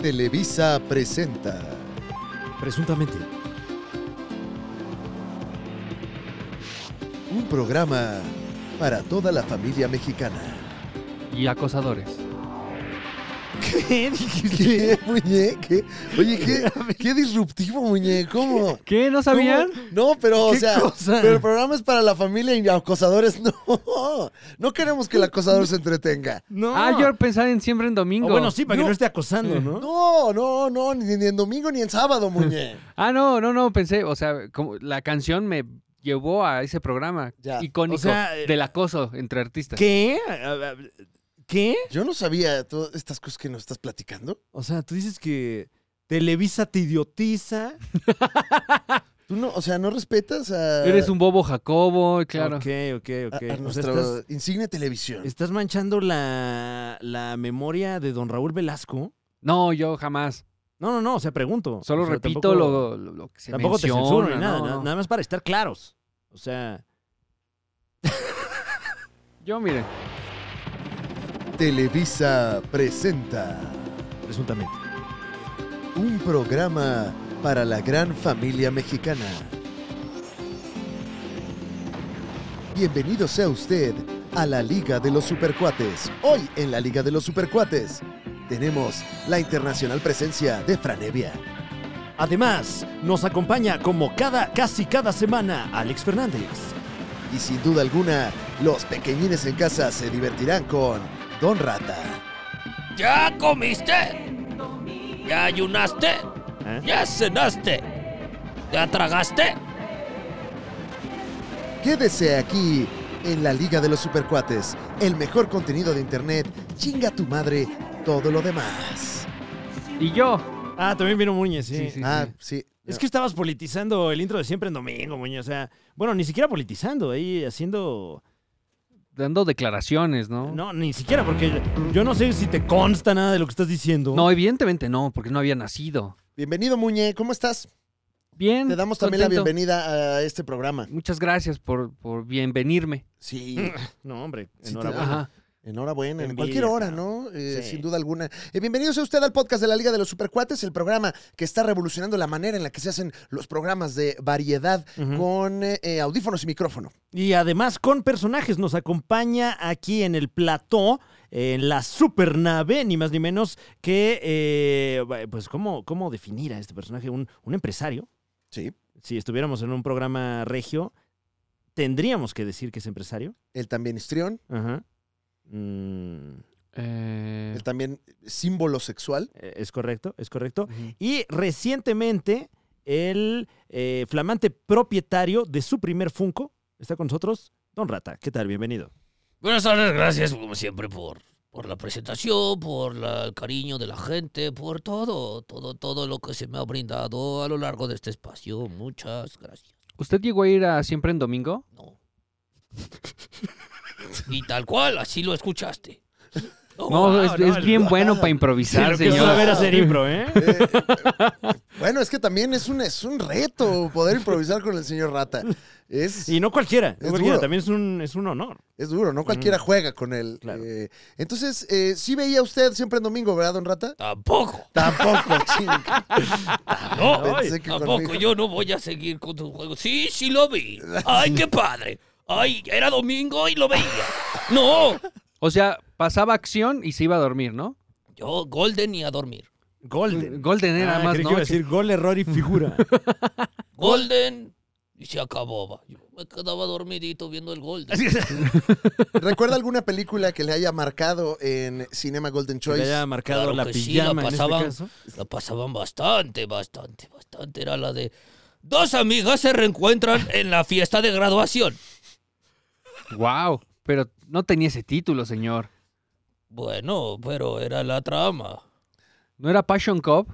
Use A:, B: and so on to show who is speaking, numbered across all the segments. A: Televisa presenta.
B: Presuntamente.
A: Un programa para toda la familia mexicana.
C: y acosadores.
B: ¿Qué?
A: ¿Qué, muñeque? Oye, qué, qué disruptivo, muñeque. ¿Cómo?
C: ¿Qué? ¿No sabían?
A: ¿Cómo? No, pero, o
B: ¿Qué
A: sea,
B: cosa?
A: pero el programa es para la familia y acosadores no. No queremos que el acosador se entretenga.
B: No.
C: Ah, yo pensaba en siempre en domingo.
B: O bueno, sí, para que no esté
C: Eh,
B: acosando, ¿no?
A: No, no, no, ni, ni en domingo ni en sábado, muñe.
C: Ah, no, no, no, pensé, o sea, como la canción me llevó a ese programa
A: Ya.
C: icónico
B: O sea, eh,
C: del acoso entre artistas.
B: ¿Qué? A- a- ¿Qué?
A: Yo no sabía todas estas cosas que nos estás platicando.
B: O sea, tú dices que Televisa te idiotiza.
A: Tú no, o sea, no respetas a,
C: Eres un bobo Jacobo, claro.
B: Ok, ok,
A: a-
B: ok.
A: a
B: O sea,
A: nuestra
B: estás,
A: insignia televisión.
B: estás manchando la, la memoria de don Raúl Velasco.
C: No, yo jamás.
B: No, no, no, o sea, pregunto.
C: Solo
B: O sea,
C: repito
B: tampoco-
C: lo, lo- lo que se
B: Tampoco
C: menciona.
B: te censuro ni nada,
C: no,
B: na-
C: no.
B: nada más para estar claros. O sea,
C: Yo, miren,
A: Televisa presenta
B: presuntamente.
A: un programa para la gran familia mexicana. Bienvenido sea usted a la Liga de los Supercuates. Hoy en la Liga de los Supercuates tenemos la internacional presencia de Franevia.
B: Además, nos acompaña como cada, casi cada semana Alex Fernández.
A: Y sin duda alguna, los pequeñines en casa se divertirán con Don Rata.
D: ¿Ya comiste? ¿Ya ayunaste?
B: ¿Eh?
D: ¿Ya cenaste? ¿Ya tragaste?
A: Quédese aquí en la Liga de los Supercuates, el mejor contenido de internet. Chinga tu madre todo lo demás.
C: y yo.
B: Ah, también vino Muñez, sí.
C: Sí, sí.
A: Ah, sí.
B: Es que estabas politizando el intro de siempre en domingo, Muñez. O sea, bueno, ni siquiera politizando, ahí haciendo.
C: Dando declaraciones, ¿no?
B: No, ni siquiera, porque yo no sé si te consta nada de lo que estás diciendo.
C: No, evidentemente no, porque no había nacido.
A: Bienvenido, Muñe. ¿Cómo estás?
C: Bien.
A: Te damos también la
C: contento.
A: bienvenida a este programa.
C: Muchas gracias por, por bienvenirme.
A: Sí,
B: No, hombre,
A: Sí, te-
B: enhorabuena.
C: Ajá.
A: enhorabuena. En
B: Envidia,
A: cualquier hora,
B: claro.
A: ¿no? Eh,
B: Sí.
A: Sin duda alguna. Eh, bienvenido sea usted al podcast de la Liga de los Supercuates, el programa que está revolucionando la manera en la que se hacen los programas de variedad
B: Ujú.
A: con eh, eh, audífonos y micrófono.
B: Y además con personajes, nos acompaña aquí en el plató, en la supernave, ni más ni menos que, eh, pues, ¿cómo, ¿cómo definir a este personaje? Un, un empresario.
A: Sí.
B: Si estuviéramos en un programa regio, tendríamos que decir que es empresario.
A: Él también histrión,
B: Ajá. Mm,
C: Eh,
A: él también símbolo sexual.
B: Eh, es correcto, es correcto. Y recientemente, el eh, flamante propietario de su primer Funko está con nosotros, Don Rata. ¿Qué tal? Bienvenido.
D: Buenas tardes, gracias como siempre por, por la presentación, por la- el cariño de la gente, por todo, todo, todo lo que se me ha brindado a lo largo de este espacio. Muchas gracias.
C: ¿Usted llegó a ir a siempre en domingo?
D: No. Y tal cual, así lo escuchaste. No,
B: Oh,
C: No,
D: ah,
C: es, es bien bueno para improvisar,
B: Sí, lo que vas a
C: señor.
B: ver hacer impro, ¿eh?
A: Eh, eh, bueno, es que también es un, es un reto poder improvisar con el señor Rata. Es,
B: Y no cualquiera, no
A: Es
B: cualquiera,
A: duro.
B: también es un, es un honor.
A: Es duro, ¿no? Cualquiera juega con él.
B: Mm. Claro.
A: Eh, entonces, eh, sí veía usted siempre en domingo, ¿verdad, don Rata?
D: Tampoco.
A: Tampoco, chinga.
D: No,
A: Pensé que
D: Tampoco
A: conmigo.
D: yo no voy a seguir con tu juego. Sí, sí lo vi. Ay, qué padre. Ay, era domingo y lo veía. No,
C: O sea, pasaba acción y se iba a dormir, ¿no?
D: yo Golden y a dormir.
B: Golden.
C: Golden era
B: Ah,
C: más,
B: creí que
C: ¿no?
B: iba a decir gol, error y figura.
D: Golden y se acabó. va. Yo me quedaba dormidito viendo el Golden.
A: ¿Recuerda alguna película que le haya marcado en Cinema Golden
B: que le haya
A: Choice?
B: marcado
D: Claro
B: la
D: que sí,
B: pijama
D: la
B: en este
D: pasaban.
B: caso.
D: La pasaban bastante, bastante, bastante. Era la de dos amigas se reencuentran en la fiesta de graduación.
C: Wow, pero no tenía ese título, señor.
D: Bueno, pero era la trama.
C: ¿No era Passion Cop?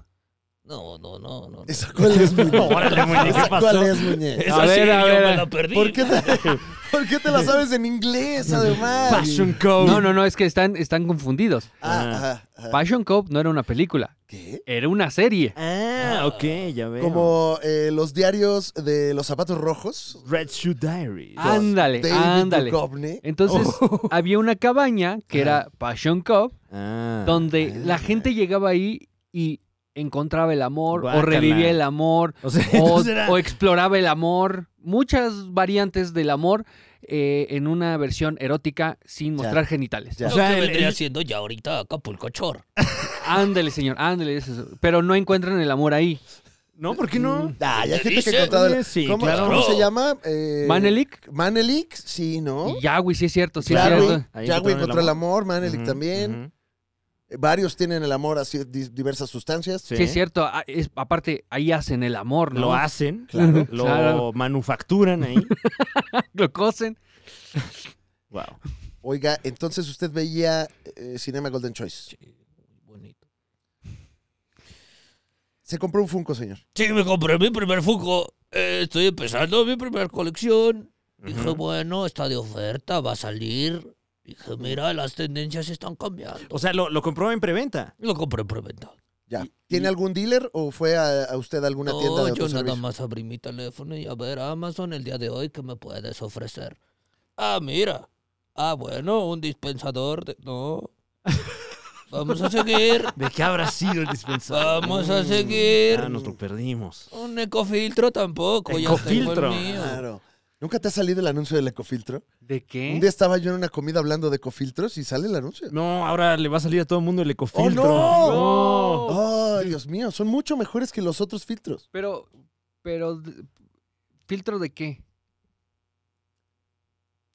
D: No, no, no, no. no.
A: ¿Esa cuál es, Muñe?
B: Órale, Muñe, ¿qué
A: ¿Esa
B: pasó? Eh,
A: cuál es, Muñe?
D: Esa
C: A
D: sí,
C: ver, a
D: yo
C: ver,
D: me
C: a-
D: la perdí.
A: ¿Por qué, te, por qué te la sabes en inglés, además?
B: Passion Code.
C: No, no, no, es que están, están confundidos.
A: Ah, ah, ah.
C: Passion Cop no era una película,
A: ¿Qué?
C: era una serie.
B: Ah, ok, ya veo.
A: Como eh, los diarios de los zapatos rojos.
B: Red Shoe Diaries.
C: Ah, Ándale,
A: David
C: ándale. ¿Eh?
A: Duchovny.
C: Entonces,
B: Oh.
C: había una cabaña que era Passion Cop,
B: Ah.
C: donde la gente llegaba ahí y encontraba el amor o
B: Guácala.
C: revivía el amor
B: O sea,
C: o,
B: entonces era-
C: o exploraba el amor. Muchas variantes del amor eh, en una versión erótica sin
A: Ya.
C: mostrar genitales.
A: Ya.
D: Lo
B: O sea,
D: que
B: el-
D: vendría
B: el-
D: siendo ya ahorita Acapulco Chor.
C: Ándele, señor, ándele. eso es- Pero no encuentran el amor ahí.
B: No, ¿por qué no?
A: Ah, ya
D: ¿Qué
A: gente que
D: dice?
A: ha contado. la-
B: Sí,
A: ¿Cómo,
B: claro.
A: cómo se llama? Eh,
C: Manelik
A: Manelik, sí, ¿no?
C: y Yahweh, sí es cierto, sí
B: Claro.
C: es cierto.
A: Yahweh, Yahweh
B: Ahí encontraron el
A: encontró el amor, Manelik
B: Ujú,
A: también.
B: ujú.
A: Eh, Varios tienen el amor así, di- diversas sustancias.
B: Sí.
C: Sí, es cierto. Ah, es- aparte, ahí hacen el amor, ¿no?
B: Lo hacen,
A: Claro.
B: lo
C: Claro.
B: manufacturan ahí.
C: Lo cosen.
B: wow.
A: Oiga, entonces usted veía eh, Cinema Golden Choice.
D: Bonito.
A: Se compró un Funko, señor.
D: Sí, me compré mi primer Funko. Eh, estoy empezando mi primera colección. Dije,
B: Ujú.
D: bueno, está de oferta, va a salir. Dije, mira, las tendencias están cambiando.
B: O sea, lo, lo compró en preventa.
D: Lo compré en preventa.
A: Ya.
C: Y-
A: ¿Tiene
C: y-
A: algún dealer o fue a, a usted a alguna tienda de
D: No, yo nada
A: autoservicio?
D: más abrí mi teléfono y a ver, Amazon, el día de hoy, ¿qué me puedes ofrecer? Ah, mira. Ah, bueno, un dispensador de... No. Vamos a seguir.
B: ¿De qué habrá sido el dispensador?
D: Vamos a
B: Mm.
D: seguir.
B: Ah, nos lo perdimos.
D: Un ecofiltro tampoco. ya tengo el
B: Ecofiltro.
D: mío.
A: Claro. ¿Nunca te ha salido el anuncio del ecofiltro?
C: ¿De
A: Un
C: qué?
A: día estaba yo en una comida hablando de ecofiltros y sale el anuncio.
B: No, ahora le va a salir a todo el mundo el ecofiltro.
A: ¡Oh,
B: No.
A: ¡Oh, Dios mío! Son mucho mejores que los otros filtros.
C: Pero, pero, d- ¿filtro de qué?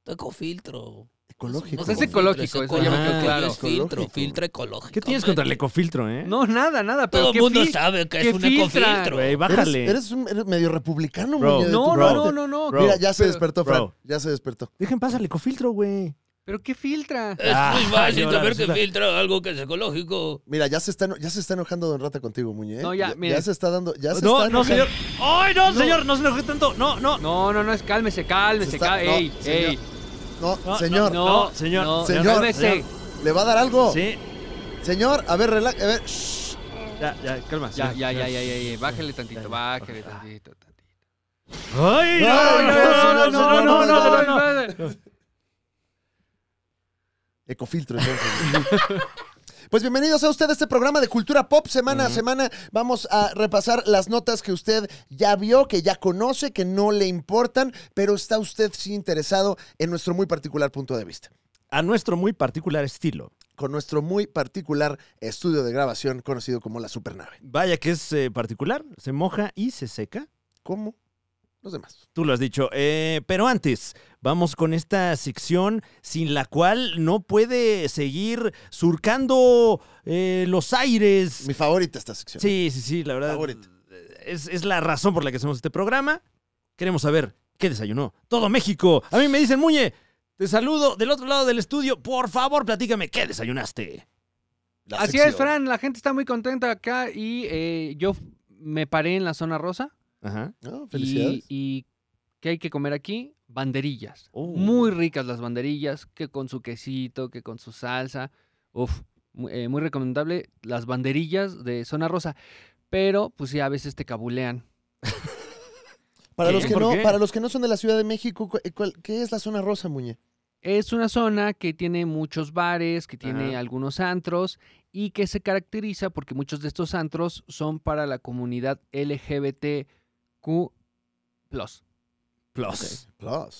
D: Ecofiltro.
A: Ecológico.
C: O
B: Pues
C: sea, es
D: como
C: ecológico,
D: filtro,
C: eso ya
B: me
D: ecológico,
B: quedó
A: claro.
D: es filtro,
A: Ecológico.
D: filtro ecológico.
B: ¿Qué tienes contra el ecofiltro, eh?
C: No, nada, nada. Pero
D: Todo el
C: ¿qué
D: mundo
C: fil-
D: sabe que
C: qué
D: es un
C: filtra,
D: ecofiltro.
B: Güey,
A: Eres,
B: bájale.
A: eres un eres medio republicano,
B: Bro.
A: muñe, de
C: No,
A: tu
C: no,
A: parte.
C: no, no, no.
B: Bro.
A: Mira, ya se
C: Pero-
A: despertó,
B: Bro.
A: Fran. Ya se despertó.
B: Dejen pasar el ecofiltro, güey.
C: ¿Pero qué filtra?
D: Es
B: Ah,
D: muy fácil
B: ahora
D: saber que
B: resulta-
D: filtra algo que es ecológico.
A: Mira, ya se está, eno- ya se está enojando Don Rata contigo, Muñe. ¿eh?
C: No, ya, mira.
A: se está dando. Ya se
B: No,
A: está
B: no,
A: enojando.
B: señor. ¡Ay, no,
A: No.
B: señor! No se enoje tanto. No, no.
C: No, no, no, es cálmese,
A: Se
C: cálmese,
A: está-
C: cálmese.
A: no,
C: ey,
A: señor.
C: ey.
A: No,
B: No,
A: señor.
C: No,
B: No, señor,
C: no,
A: señor,
C: cálmese.
A: ¿Le va a dar algo?
B: Sí.
A: Señor, a ver, relax. A ver, shh.
B: Ya, ya, calma.
C: Ya,
B: señor.
C: ya, ya, ya, ya, ya, Bájale
B: Ya,
C: tantito,
B: ya.
C: bájale tantito. tantito.
A: Ay,
B: ¡Ay, no, no,
A: no,
B: no, no, no, no, no!
A: Ecofiltro, entonces. Pues bienvenidos a usted a este programa de Cultura Pop. Semana a semana vamos a repasar las notas que usted ya vio, que ya conoce, que no le importan, pero está usted sí interesado en nuestro muy particular punto de vista.
B: A nuestro muy particular estilo.
A: Con nuestro muy particular estudio de grabación conocido como la Supernave.
B: Vaya que es eh, particular. Se moja y se seca.
A: Como los demás.
B: Tú lo has dicho. Eh, pero antes, vamos con esta sección sin la cual no puede seguir surcando eh, los aires.
A: Mi favorita esta sección.
B: Sí, sí, sí, la verdad.
A: Favorita.
B: Es, es la razón por la que hacemos este programa. Queremos saber qué desayunó todo México. A mí me dicen, Muñe, te saludo del otro lado del estudio. Por favor, platícame qué desayunaste.
A: La
C: Así
A: sección.
C: es, Fran, la gente está muy contenta acá y eh, yo f- me paré en la zona rosa.
B: Ajá.
A: No, felicidades.
C: Y, y ¿qué hay que comer aquí? Banderillas.
B: Oh.
C: Muy ricas las banderillas, que con su quesito, que con su salsa. Uf, mu- eh, muy recomendable las banderillas de zona rosa. Pero, pues sí, a veces te cabulean.
A: Para
B: ¿Qué?
A: los, que
B: ¿Por
A: no,
B: qué?
A: para los que no son de la Ciudad de México, cu- cuál- ¿qué es la zona rosa, Muñe?
C: Es una zona que tiene muchos bares, que tiene
B: Ajá.
C: algunos antros y que se caracteriza porque muchos de estos antros son para la comunidad LGBTQ.
B: Plus.
A: Plus.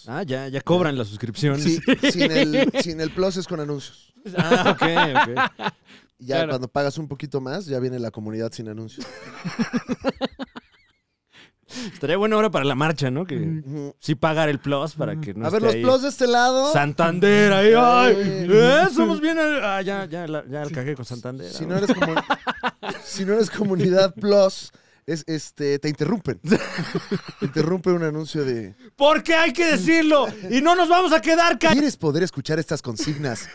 B: Ah, ya, ya cobran la suscripción.
A: Sí, sin, el, sin el plus es con anuncios.
B: Ah, ok, ok.
A: Y Ya
C: Claro.
A: cuando pagas un poquito más, ya viene la comunidad sin anuncios.
B: Estaría buena hora para la marcha, ¿no? Que
A: Ujú.
B: sí pagar el plus para que no
A: a ver,
B: esté
A: los
B: ahí.
A: plus de este lado.
B: Santander, ahí, ay,
A: Ay.
B: eh, somos bien, al- ah, ya, ya, la- ya la cagué con Santander. ah,
A: si, no eres comu- si no eres comunidad plus, es, este, te interrumpen. Te interrumpe un anuncio de.
B: Porque hay que decirlo y no nos vamos a quedar callados.
A: ¿Quieres poder escuchar estas consignas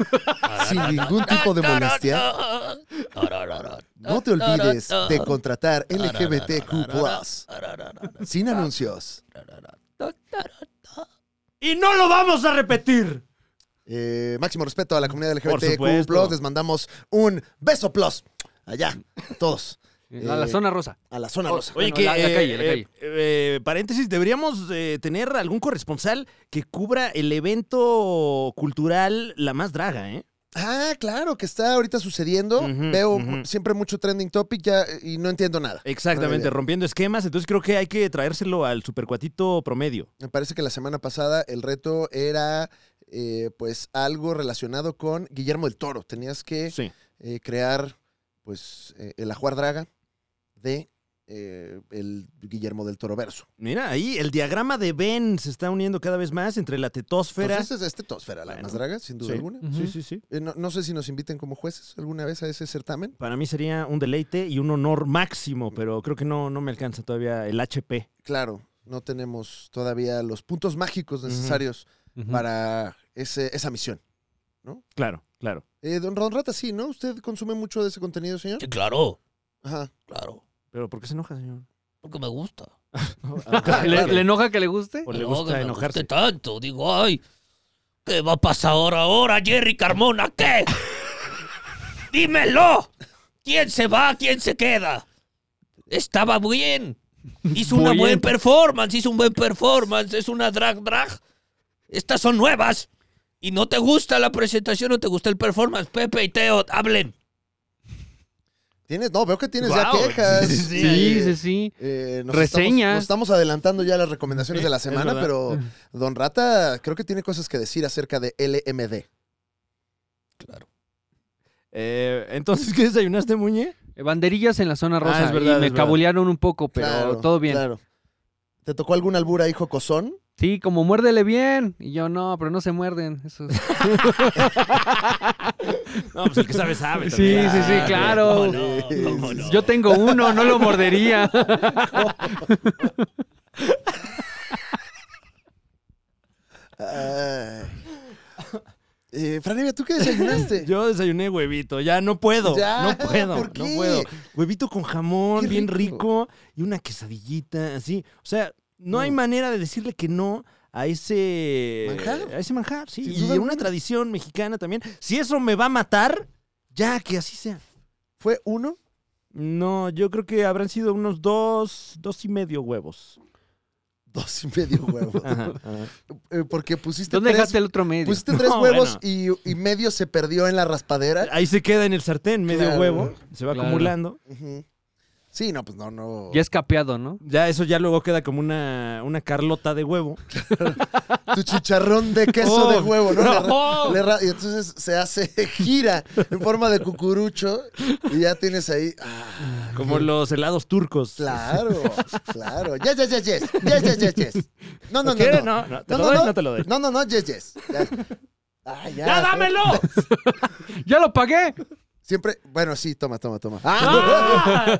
A: sin ningún tipo de molestia? No te olvides de contratar LGBTQ plus sin anuncios.
B: Y no lo vamos a repetir.
A: Eh, máximo respeto a la comunidad
B: Por
A: LGBTQ+.
B: supuesto.
A: Les mandamos un beso plus. Allá, a todos.
C: A la
A: Eh,
C: zona rosa.
A: A la zona rosa.
B: Oye,
C: Bueno,
B: que.
C: la- la
B: eh,
C: calle, la
B: eh,
C: calle.
B: eh, paréntesis, deberíamos eh, tener algún corresponsal que cubra el evento cultural La Más Draga, ¿eh?
A: Ah, claro, que está ahorita sucediendo.
B: Ujú,
A: Veo
B: ujú.
A: siempre mucho trending topic ya, eh, y no entiendo nada.
B: Exactamente,
A: Maravilla.
B: rompiendo esquemas. Entonces creo que hay que traérselo al supercuatito promedio.
A: Me parece que la semana pasada el reto era eh, pues algo relacionado con Guillermo del Toro. Tenías que
B: Sí.
A: eh, crear pues eh, el ajuar draga de eh, el Guillermo del Toro verso.
B: Mira, ahí el diagrama de Ben se está uniendo cada vez más entre la tetósfera.
A: Entonces es tetosfera, la
B: Bueno.
A: más draga, sin duda
B: Sí.
A: alguna.
B: Sí, sí, sí.
A: Eh, no, no sé si nos inviten como jueces alguna vez a ese certamen.
B: Para mí sería un deleite y un honor máximo, pero creo que no, no me alcanza todavía el HP.
A: Claro, no tenemos todavía los puntos mágicos necesarios
C: Ujú.
A: para ese- esa misión.
B: Claro, claro.
A: Eh, don Ron Rata, sí, ¿no? ¿Usted consume mucho de ese contenido, señor?
D: Sí, claro,
A: Ajá.
D: claro.
B: Pero ¿por qué se enoja, señor?
D: Porque me gusta.
C: ¿Le, le enoja que Pues le guste?
B: Ah, O le
D: No,
B: gusta
D: que me
B: enojarse.
D: guste tanto. Digo, ay, ¿qué va a pasar ahora, ahora, Jerry Carmona? ¿Qué? Dímelo. ¿Quién se va? ¿Quién se queda? Estaba bien. Hizo una
C: Muy
D: buena
C: bien.
D: performance, hizo un buen performance. Es una drag drag. Estas son nuevas. Y no te gusta la presentación, no te gusta el performance. Pepe y Teo, hablen.
A: ¿Tienes? No, veo que tienes ya
C: Guau.
A: quejas.
C: Sí, sí, sí.
A: Eh, nos Estamos,
C: Reseñas.
A: nos estamos adelantando ya a las recomendaciones de la semana,
B: verdad.
A: pero Don Rata creo que tiene cosas que decir acerca de LMD.
D: Claro.
B: Eh, Entonces, ¿qué desayunaste, Muñe?
C: Eh, Banderillas en la zona rosa.
B: Ah, es verdad,
C: y me
B: es verdad.
C: cabulearon un poco, pero
A: Claro,
C: todo bien.
A: Claro. ¿Te tocó alguna albura, hijo cosón?
C: Sí, como muérdele bien. Y yo, no, pero no se muerden. Eso es-
B: No, pues el que sabe, sabe.
C: Sí,
B: también.
C: sí, sí, claro.
D: ¿Cómo no? ¿Cómo no?
C: Yo tengo uno, no lo mordería.
A: Ay. Eh, Franivia, ¿tú qué desayunaste?
B: Yo desayuné huevito, ya no puedo.
A: Ya,
B: no puedo,
A: ¿por qué?
B: no puedo. Huevito con jamón,
A: Qué
B: bien
A: rico.
B: rico, y una quesadillita, así. O sea, no
A: Mm.
B: hay manera de decirle que no a ese
A: ¿Manjar?
B: a ese manjar, sí.
A: Sin
B: Y
A: duda
B: a
A: alguna.
B: una tradición mexicana también. Si eso me va a matar, ya que así sea.
A: ¿Fue uno?
B: No, yo creo que habrán sido unos dos, dos y medio huevos.
A: Dos y medio huevos.
B: Ajá, ajá.
A: Eh, porque pusiste
C: ¿Dónde
A: tres,
C: dejaste el otro medio?
A: pusiste tres
B: No,
A: huevos y, y medio se perdió en la raspadera.
B: Ahí se queda en el sartén, medio
A: Claro.
B: huevo, se va
C: Claro.
B: acumulando.
A: Ujú. Sí, no, pues no, no.
C: Ya escapeado, ¿no?
B: Ya eso ya luego queda como una, una carlota de huevo.
A: Tu chicharrón de queso
B: Oh,
A: de huevo, ¿no? Le-
C: no.
A: le ra- y entonces se hace gira en forma de cucurucho y ya tienes ahí. ah,
B: Como los helados turcos.
A: claro, claro. Yes, yes, yes, yes. Yes, yes, yes, yes. No, no,
B: ¿Lo
A: no.
B: quieres?
A: No,
B: No, no, te
A: no,
B: lo
A: no,
B: doy,
A: no.
B: no te lo doy.
A: No, no, no, yes, yes. Ya, Ah, ya.
B: ¡Ya dámelo!
C: ¡Ya lo pagué!
A: Siempre, bueno, sí, toma, toma, toma.
B: ¡Ah!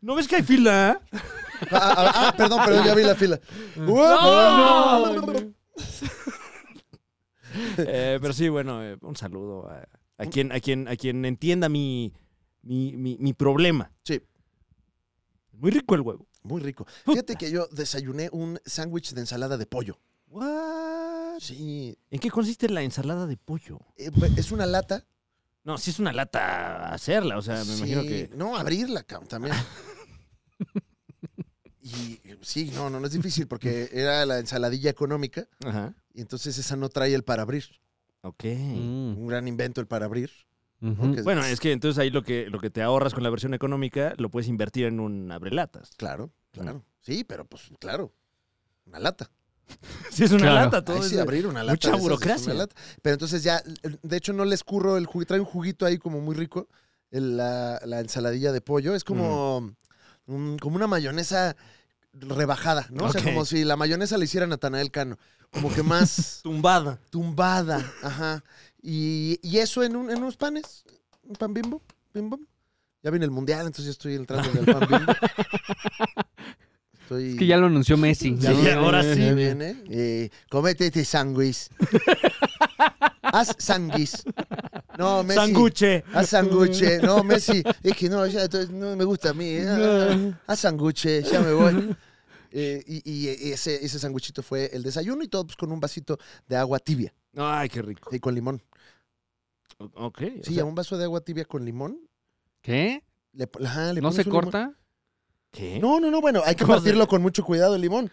B: ¿No ves que hay fila?
A: Ah, ah, ah, perdón, perdón, ya vi la fila.
B: Mm. No. Eh, pero sí, bueno, eh, un saludo a, a quien, a, quien, a quien entienda mi, mi, mi- mi problema.
A: Sí.
B: Muy rico el huevo.
A: Muy rico. Fíjate que yo desayuné un sándwich de ensalada de pollo.
B: What?
A: Sí,
B: ¿En qué consiste la ensalada de pollo?
A: eh, es una lata
B: No, sí es una lata hacerla, o sea, Ah, me imagino
A: Sí,
B: que...
A: No, abrirla, cabrón, también. y sí, no, no, no es difícil porque era la ensaladilla económica
B: Ajá.
A: y entonces esa no trae el para abrir.
B: Ok.
A: Un gran invento el para abrir.
C: Mm, Ujú.
A: ¿no? Que-
B: Bueno, es que entonces ahí lo que, lo que te ahorras con la versión económica lo puedes invertir en un abrelatas.
A: Claro, claro. Sí, pero pues claro. Una lata.
B: Sí, es una
C: Claro.
B: lata todo.
A: Ahí sí,
B: es-
A: abrir una lata.
B: mucha
A: de esas es
B: burocracia.
A: una lata. Pero entonces ya, de hecho, no les curro el juguito. Trae un juguito ahí como muy rico. el- La, la ensaladilla de pollo. Es como, mm, como una mayonesa rebajada, ¿no? O
B: Ok.
A: sea, como si la mayonesa la hiciera Natanael Cano. Como que más
B: Tumbada.
A: tumbada. Ajá. Y, y eso en, un- en unos panes. Un pan bimbo. Bim bom. Ya viene el mundial, entonces ya estoy entrando en el pan bimbo. Estoy...
C: Es que ya lo anunció Messi.
A: Ya
B: Sí,
A: viene,
B: ahora
A: ya
B: sí.
A: viene. Eh, comete este sándwich. Haz sándwich. No, Messi.
B: Sanguche.
A: Haz sanguche. No, Messi. Es que no, ya entonces, no me gusta a mí. Ah, Haz sanguche, ya me voy. Eh, y y ese, ese sanguchito fue el desayuno y todo pues, con un vasito de agua tibia
B: Ay, qué rico.
A: y con limón.
B: O- Ok. o
A: Sí,
B: sea,
A: a un vaso de agua tibia con limón.
C: ¿Qué?
A: le po- ajá, le
C: ¿No
A: pones
C: se
A: un limón.
C: corta?
B: ¿Qué?
A: No, no, no, bueno, hay que
B: ¿Eh? ¿Cómo se-
A: partirlo con mucho cuidado el limón.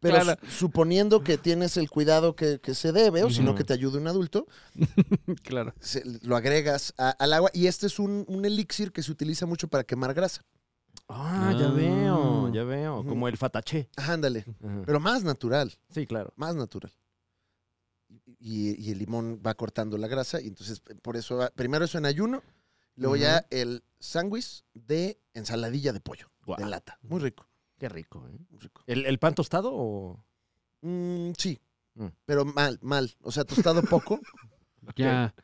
A: Pero
C: Claro.
A: su- suponiendo que tienes el cuidado que, que se debe, o sino que te ayude un adulto,
C: Mm, Claro.
A: se- lo agregas a- al agua. Y este es un, un elixir que se utiliza mucho para quemar grasa.
B: Ah, ya
D: Ah.
B: veo, ya veo.
A: Ujú.
B: Como el fataché.
A: Ajá, ándale.
B: Ajá.
A: Pero más natural,
B: Sí, claro.
A: más natural. Y, y el limón va cortando la grasa. Y entonces, eh, por eso, va- primero eso en ayuno, luego ya el sándwich de ensaladilla de pollo,
B: Guau.
A: de lata. Muy rico,
B: Qué rico, ¿eh?
A: muy rico.
B: ¿El, el pan tostado o...?
A: Mm, sí,
B: Mm.
A: pero mal, mal. O sea, tostado poco.
C: Ya. Ah,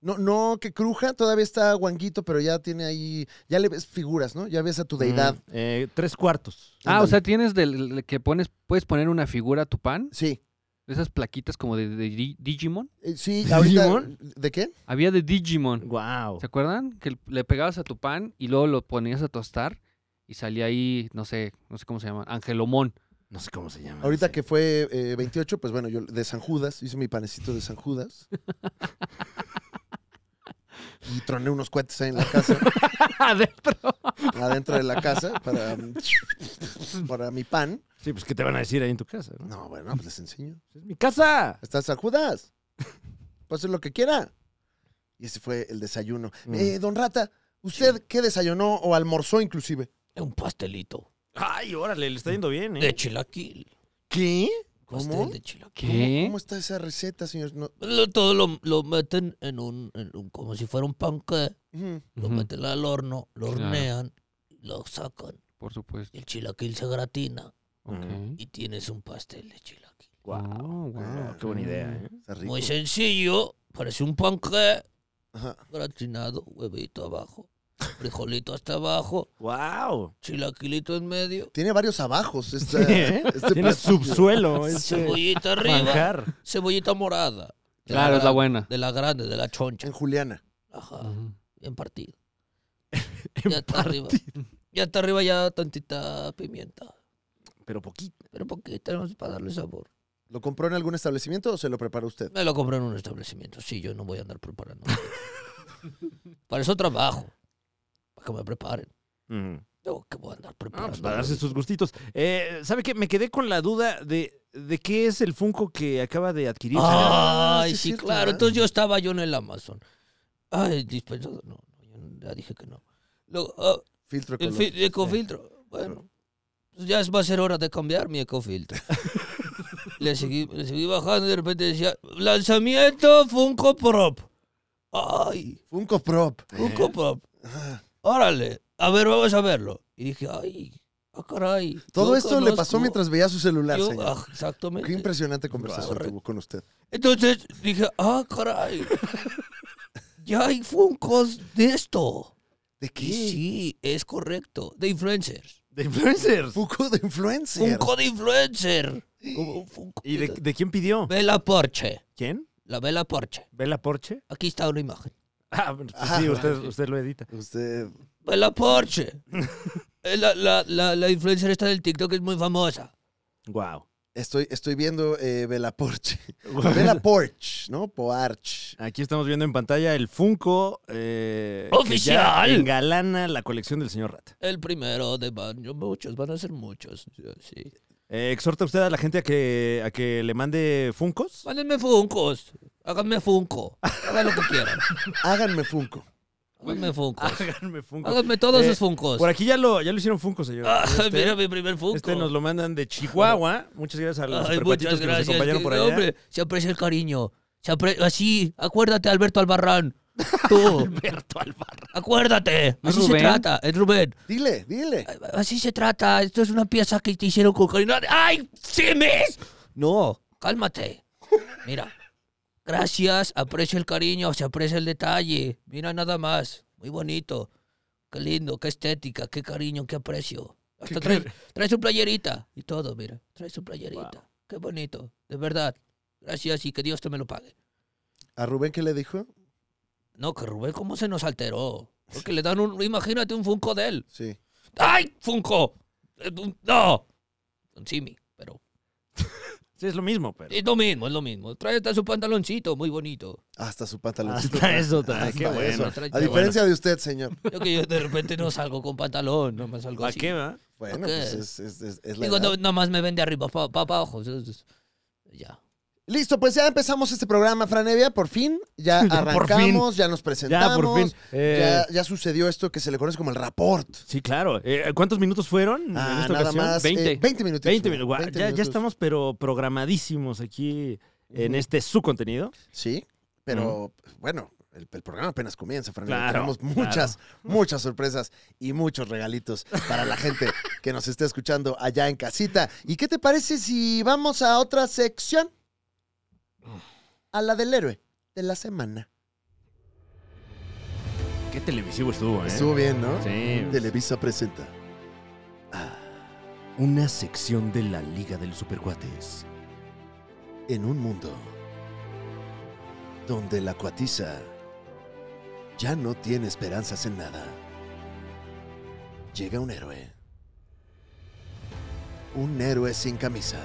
A: No, no que cruja, todavía está guanguito, pero ya tiene ahí, ya le ves figuras, ¿no? Ya ves a tu deidad.
B: Mm, eh, tres cuartos.
C: Ah,
A: Ándale.
C: o sea, tienes del del que pones, puedes poner una figura a tu pan,
A: Sí.
C: esas plaquitas como de, de Di- Digimon.
A: Eh, Sí,
B: ¿De
A: ahorita.
B: Digimon?
A: ¿De qué?
C: Había de Digimon.
B: Wow.
C: ¿Se acuerdan? Que le pegabas a tu pan y luego lo ponías a tostar y salía ahí, no sé, no sé cómo se llama, Angelomón.
B: No sé cómo se llama.
A: Ahorita
B: ese.
A: que fue eh, 28, pues bueno, yo de San Judas, hice mi panecito de San Judas. Y troné unos cohetes ahí en la casa,
C: Adentro.
A: adentro de la casa, para, para mi pan.
B: Sí, pues, ¿qué te van a decir ahí en tu casa? no?
A: No, bueno, pues les enseño.
B: ¡Es mi casa!
A: Está San Judas. Puede hacer lo que quiera. Y ese fue el desayuno.
B: Mm.
A: Eh, don Rata, ¿usted qué desayunó o almorzó inclusive?
D: Un pastelito
B: Ay, órale, le está yendo bien, ¿eh?
D: de chilaquil.
A: ¿Qué? ¿Cómo?
D: Pastel de chilaquil.
A: ¿Cómo,
C: ¿Qué?
A: cómo está esa receta, señor? No-
D: Lo- Todo lo, lo meten en un, en un- como si fuera un panque.
A: Ujú.
D: Lo
C: Ujú.
D: meten al horno, lo
C: Claro.
D: hornean, lo sacan.
C: Por supuesto.
D: El chilaquil se gratina
C: Ok. Oh,
D: y tienes un pastel de chilaquil.
C: Guau, guau.
B: Mm. qué buena idea, ¿eh?
A: Está rico.
D: Muy sencillo, parece un panque
A: Ajá.
D: gratinado, huevito abajo, frijolito hasta abajo,
B: ¡Wow!
D: chilaquilito en medio,
A: Tiene varios abajos. esta-
B: ¿Eh?
A: este
B: Tiene
A: platillo.
B: subsuelo ese
D: cebollita arriba,
B: manjar.
D: cebollita morada. De
C: Claro, es la
D: gran-
C: buena.
D: De la grande, de la
A: En
D: choncha.
A: Juliana.
D: Ajá,
C: Ujú.
D: bien partido. ya está arriba. Ya está arriba ya tantita pimienta.
B: Pero poquito.
D: Pero poquita no para darle sabor.
A: ¿Lo compró en algún establecimiento o se lo preparó usted?
D: Me lo compré en un establecimiento. Sí, yo no voy a andar preparando. para eso trabajo. Para que me preparen.
B: Mm.
D: Yo que voy a andar
B: Ah,
D: preparando.
B: pues para darse sus gustitos. Eh, ¿Sabe qué? Me quedé con la duda de, de qué es el Funko que acaba de adquirir.
A: Ah, sí
D: Ay,
A: es
D: sí,
A: cierto,
D: claro.
A: ¿verdad?
D: Entonces yo estaba yo en el Amazon. Ay, dispensado. No, no, yo ya dije que no. Luego, ah,
A: Filtro
D: el
A: ecológico.
D: fi- ecofiltro. Bueno, pues ya es- va a ser hora de cambiar mi ecofiltro. le, seguí, le seguí bajando y de repente decía, lanzamiento Funko Prop. Ay.
A: Funko Prop.
D: Un copo. Órale, a ver, vamos a verlo. Y dije, ay, ah, caray.
A: Todo
D: yo
A: esto le pasó
D: conozco-
A: mientras veía su celular,
D: yo-
A: señor.
D: ah, exactamente.
A: Qué impresionante conversación
D: Correcto.
A: tuvo con usted.
D: Entonces dije, ah, caray. ya hay Funkos de esto.
A: ¿De qué?
D: Y sí, es correcto. De influencers.
B: ¿De influencers?
A: Funko de influencer.
D: Funko de influencer. Como un Funko.
B: ¿Y de, de quién pidió?
D: Vela Porche.
B: ¿Quién?
D: La Vela Porche.
B: ¿Vela Porche?
D: Aquí está una imagen.
B: Ah, bueno, pues
A: Ajá.
B: sí, usted, usted lo edita.
A: Usted.
D: Vela Porche. Eh, La, la, la, la influencer esta del TikTok es muy famosa.
B: Wow.
A: Estoy, estoy viendo eh, Bella Porch. Bella Porch, ¿no? Poarch.
B: Aquí estamos viendo en pantalla el Funko eh, que ya
D: ¡Oficial!
B: engalana la colección del señor Rata.
D: El primero de baño, muchos, van a ser muchos. Sí.
B: Eh, ¿Exhorta usted a la gente a que, a que le mande Funcos?
D: Mándenme funcos, háganme funco, hagan lo que quieran.
A: Háganme Funko.
D: Háganme funcos,
B: Háganme Funko.
D: háganme todos
B: Eh,
D: sus funcos.
B: Por aquí ya lo, ya lo hicieron Funko, señor.
D: Ah,
B: Este-
D: mira mi primer funco.
B: Este nos lo mandan de Chihuahua. Muchas gracias a los
D: Ay, muchas
B: supercuatitos que nos
D: gracias.
B: acompañaron
D: que-
B: por allá.
D: hombre, se aprecia el cariño. Se apre- Así, acuérdate, Alberto Albarrán. Tú,
B: Alberto Alvaro.
D: acuérdate.
C: ¿No es
D: Así se
C: Rubén?
D: trata, es Rubén.
A: Dile, dile.
D: Así se trata. Esto es una pieza que te hicieron con cariño. ¡Ay, Simis! No, cálmate. Mira. Gracias, aprecio el cariño, se aprecia el detalle. Mira nada más. Muy bonito. Qué lindo, qué estética, qué cariño, qué aprecio. Hasta trae, trae su playerita y todo, mira. Trae su playerita. Qué bonito, de verdad. Gracias y que Dios te me lo pague.
A: ¿A Rubén qué le dijo?
D: No, que Rubén, ¿cómo se nos alteró? Porque le dan un. Imagínate un Funko de él.
A: Sí.
D: ¡Ay, Funko! Eh, un- ¡No! Don Simi, pero...
B: Sí, es lo mismo, pero.
D: Es lo mismo, es lo mismo. Trae hasta su pantaloncito, muy bonito.
A: Hasta su pantaloncito.
B: Hasta eso trae.
A: Hasta
B: Qué
A: eso.
B: bueno.
D: Trae-
A: A diferencia de usted, señor.
D: Yo que yo de repente no salgo con pantalón, no me salgo
B: ¿A
D: así.
B: qué va?
A: Bueno,
D: Ok.
A: pues es, es- es- es la
D: Digo,
A: edad.
D: no, nomás me ven de arriba, pa, pa, pa, abajo. Ya.
A: Listo, pues ya empezamos este programa, Franevia, por fin. Ya
B: Ya por fin.
A: arrancamos, ya nos presentamos.
B: Ya, por fin. Eh,
A: Ya, ya sucedió esto que se le conoce como el rapport.
B: Sí, claro. Eh, ¿Cuántos minutos fueron en
A: Ah,
B: esta
A: nada
B: ocasión?
A: más.
C: 20.
A: 20 minutos.
B: 20 minutos. Guau,
A: 20
B: ya, ya
A: minutos.
B: estamos, pero programadísimos aquí en este su contenido.
A: Sí, pero bueno, el, el programa apenas comienza, Fran.
B: Claro,
A: Tenemos muchas, muchas sorpresas y muchos regalitos para la gente que nos está escuchando allá en casita. ¿Y qué te parece si vamos a otra sección? A la del héroe de la semana.
B: Qué televisivo estuvo, ¿eh?
A: Estuvo bien, ¿no?
B: Sí.
A: Televisa presenta.
B: Una sección de la Liga del Supercuates.
A: en un mundo donde la cuatiza ya no tiene esperanzas en nada, llega un héroe. Un héroe sin camisa.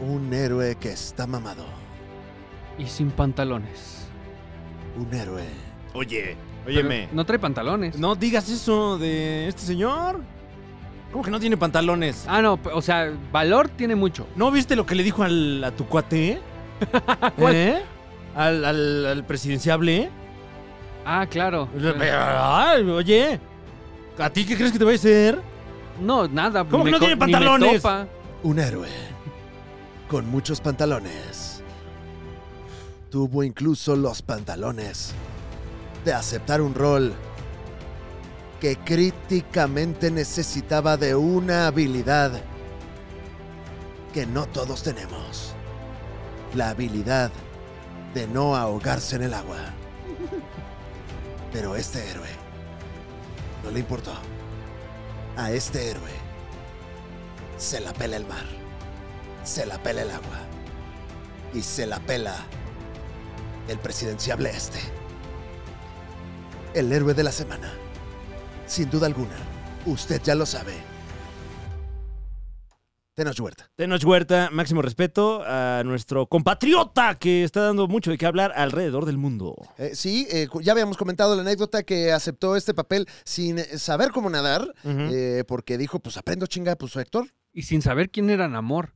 A: Un héroe que está mamado.
C: Y sin pantalones.
A: Un héroe.
B: Oye, óyeme.
C: Pero No trae pantalones.
B: No digas eso de este señor. ¿Cómo que no tiene pantalones?
C: Ah, no, o sea, valor tiene mucho.
B: ¿No viste lo que le dijo al, a tu cuate?
C: ¿Cuál?
B: ¿Eh? Al, al- al presidenciable.
C: Ah, claro.
B: Ay, oye, ¿a ti qué crees que te va a hacer?
C: No, nada.
B: ¿Cómo
C: me
B: que no
C: co-
B: tiene
C: ni me
B: pantalones?
C: topa.
A: Un héroe. Con muchos pantalones. Tuvo incluso los pantalones de aceptar un rol que críticamente necesitaba de una habilidad que no todos tenemos. La habilidad de no ahogarse en el agua. Pero este héroe no le importó. A este héroe se la pela el mar, se la pela el agua y se la pela el presidenciable este. El héroe de la semana. Sin duda alguna, usted ya lo sabe. Tenoch Huerta.
B: Tenoch Huerta, máximo respeto a nuestro compatriota que está dando mucho de qué hablar alrededor del mundo.
A: Eh, sí, eh, cu- ya habíamos comentado la anécdota que aceptó este papel sin eh, saber cómo nadar,
B: Ujú.
A: eh, porque dijo, pues aprendo chinga, pues soy actor.
C: Y sin saber quién era Namor.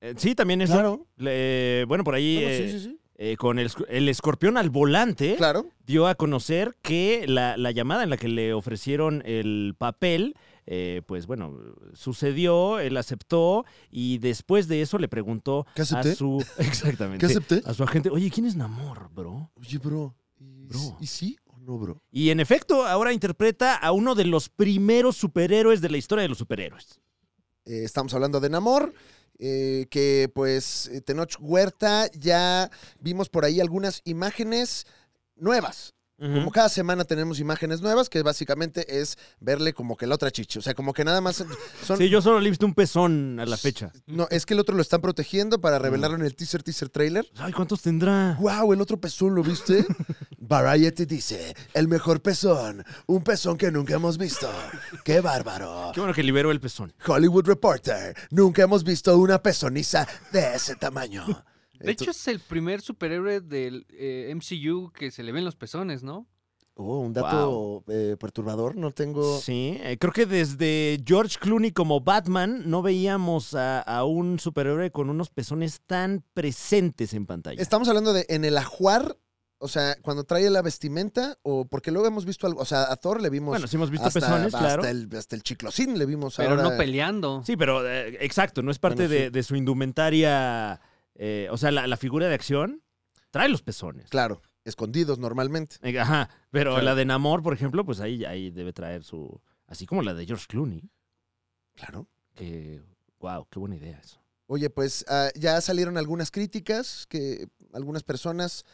B: Eh, sí, también eso. Le- bueno, por ahí,
A: Bueno, sí,
B: eh,
A: sí, sí.
B: eh, con el, escu- el escorpión al volante,
A: Claro.
B: dio a conocer que la, la llamada en la que le ofrecieron el papel, eh, pues bueno, sucedió, él aceptó y después de eso le preguntó
A: ¿Qué
B: a
A: acepté?
B: su... Exactamente.
A: ¿Qué acepté?
B: A su agente, oye, ¿quién es Namor, bro?
A: Oye, bro. ¿y-
B: Bro.
A: ¿Y sí o no, bro?
B: Y en efecto, ahora interpreta a uno de los primeros superhéroes de la historia de los superhéroes.
A: Eh, estamos hablando de Namor. eh, que pues eh, Tenoch Huerta ya vimos por ahí algunas imágenes nuevas. Como cada semana tenemos imágenes nuevas, que básicamente es verle como que la otra chichi. O sea, como que nada más son.
B: Sí, yo solo le he visto un pezón a la fecha.
A: No, es que el otro lo están protegiendo para revelarlo en el teaser, teaser trailer.
B: Ay, ¿cuántos tendrá?
A: ¡Wow! El otro pezón, ¿lo viste? Variety dice: el mejor pezón. Un pezón que nunca hemos visto. ¡Qué bárbaro!
B: Qué bueno que liberó el pezón.
A: Hollywood Reporter, nunca hemos visto una pezoniza de ese tamaño.
C: De
A: Esto-
C: hecho, es el primer superhéroe del eh, MCU que se le ven los pezones, ¿no?
A: Oh, un dato eh, perturbador, no tengo...
B: Sí, eh, creo que desde George Clooney como Batman no veíamos a, a un superhéroe con unos pezones tan presentes en pantalla.
A: Estamos hablando de en el ajuar, o sea, cuando trae la vestimenta, o porque luego hemos visto algo, o sea, a Thor le vimos...
B: bueno, sí hemos visto
A: hasta,
B: pezones,
A: hasta
B: claro.
A: el, hasta el chiclosín le vimos
C: Pero
A: ahora.
C: no peleando.
B: Sí, pero eh, exacto, no es parte
A: Bueno,
B: de,
A: sí.
B: de su indumentaria, eh, o sea, la, la figura de acción trae los pezones.
A: Claro, escondidos normalmente.
B: Eh, Ajá, pero
A: Claro.
B: la de Namor, por ejemplo, pues ahí, ahí debe traer su... Así como la de George Clooney,
A: Claro.
B: que... wow, qué buena idea eso.
A: Oye, pues ah, ya salieron algunas críticas que algunas personas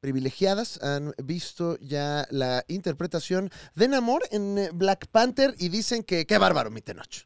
A: privilegiadas han visto ya la interpretación de Namor en eh, Black Panther y dicen que qué bárbaro, mi Tenoch.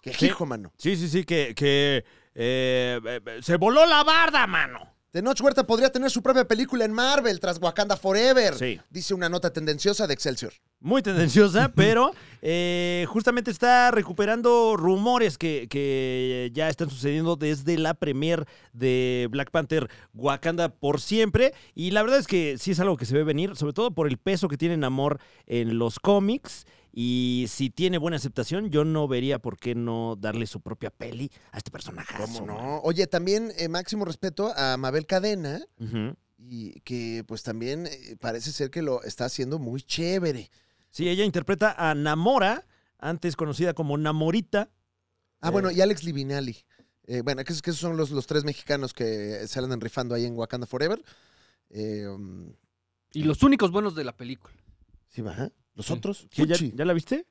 A: Que
B: Sí.
A: hijo, mano.
B: Sí, sí, sí, que... que eh, eh, eh, se voló la barda, mano.
A: Tenoch Huerta podría tener su propia película en Marvel tras Wakanda Forever,
B: Sí.
A: dice una nota tendenciosa de Excelsior.
B: Muy tendenciosa, pero eh, justamente está recuperando rumores que, que ya están sucediendo desde la premier de Black Panther Wakanda por siempre. Y la verdad es que sí es algo que se ve venir, sobre todo por el peso que tiene Namor en los cómics. Y si tiene buena aceptación, yo no vería por qué no darle su propia peli a este personaje.
A: ¿Cómo no? Oye, también eh, máximo respeto a Mabel Cadena,
B: Ujú.
A: y que pues también eh, parece ser que lo está haciendo muy chévere.
B: Sí, ella interpreta a Namora, antes conocida como Namorita.
A: Ah,
B: Eh.
A: bueno, y Alex Livinali. Eh, bueno, que, es- que esos son los, los tres mexicanos que se andan rifando ahí en Wakanda Forever. Eh, um,
C: Y los únicos buenos de la película,
A: sí, va. ¿eh? ¿Los
C: Sí.
A: otros?
B: ¿Qué, Mm. ya,
A: Fuchi.
B: ya la viste?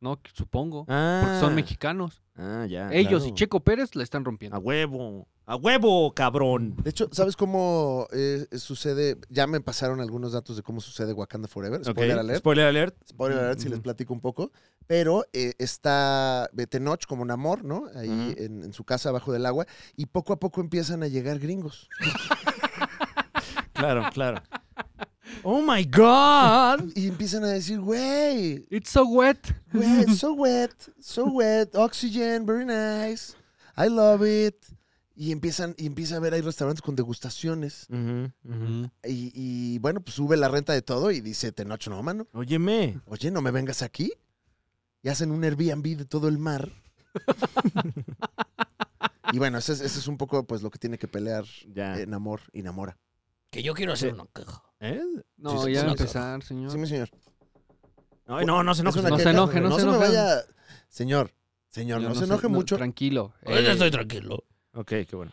C: ¿no? Que Supongo.
B: Ah,
C: Porque son mexicanos.
B: Ah, ya.
C: Ellos
B: claro.
C: y Checo Pérez la están
B: A
A: Ah,
C: rompiendo.
B: huevo. A huevo, cabrón.
A: De hecho, ¿sabes cómo eh, sucede? Ya me pasaron algunos datos de cómo sucede Wakanda Forever. Spoiler
B: Ok,
A: alert.
B: Spoiler alert.
A: Spoiler alert si les
C: Ujú.
A: platico un poco. Pero eh, está Betenoch como un amor, ¿no? Ahí
B: Ujú.
A: en, en su casa abajo del agua. Y poco a poco empiezan a llegar gringos.
B: Claro, claro. Oh my God.
A: Y empiezan a decir, güey,
C: It's so wet.
A: güey, it's so wet, so wet, oxygen, very nice, I love it. Y empiezan, y empieza a ver ahí restaurantes con degustaciones.
B: Ujú,
C: Mm.
B: ujú.
A: Y, y, bueno, pues sube la renta de todo y dice Tenoch, no, mano,
B: Óyeme.
A: oye, no me vengas aquí. Y hacen un Airbnb de todo el mar. y bueno, ese es, ese es un poco pues lo que tiene que pelear
C: Ah.
B: Ya.
A: en amor y enamora.
D: Que yo quiero hacer una queja.
B: ¿Eh?
C: No,
A: Sí, sí,
C: ya
A: sí.
C: va a empezar, señor.
A: Sí, mi señor.
B: Ay, no, no se
A: Es
B: enoje.
A: una
B: no se
A: queja,
B: enoje.
C: enoje, no
A: no
C: se
A: me
C: enoje.
A: vaya. Señor, señor,
C: Yo
A: no, se
C: sé,
A: enoje
C: no,
A: mucho.
C: Tranquilo.
D: Ahorita
C: Eh,
D: estoy tranquilo.
B: Ok, qué bueno.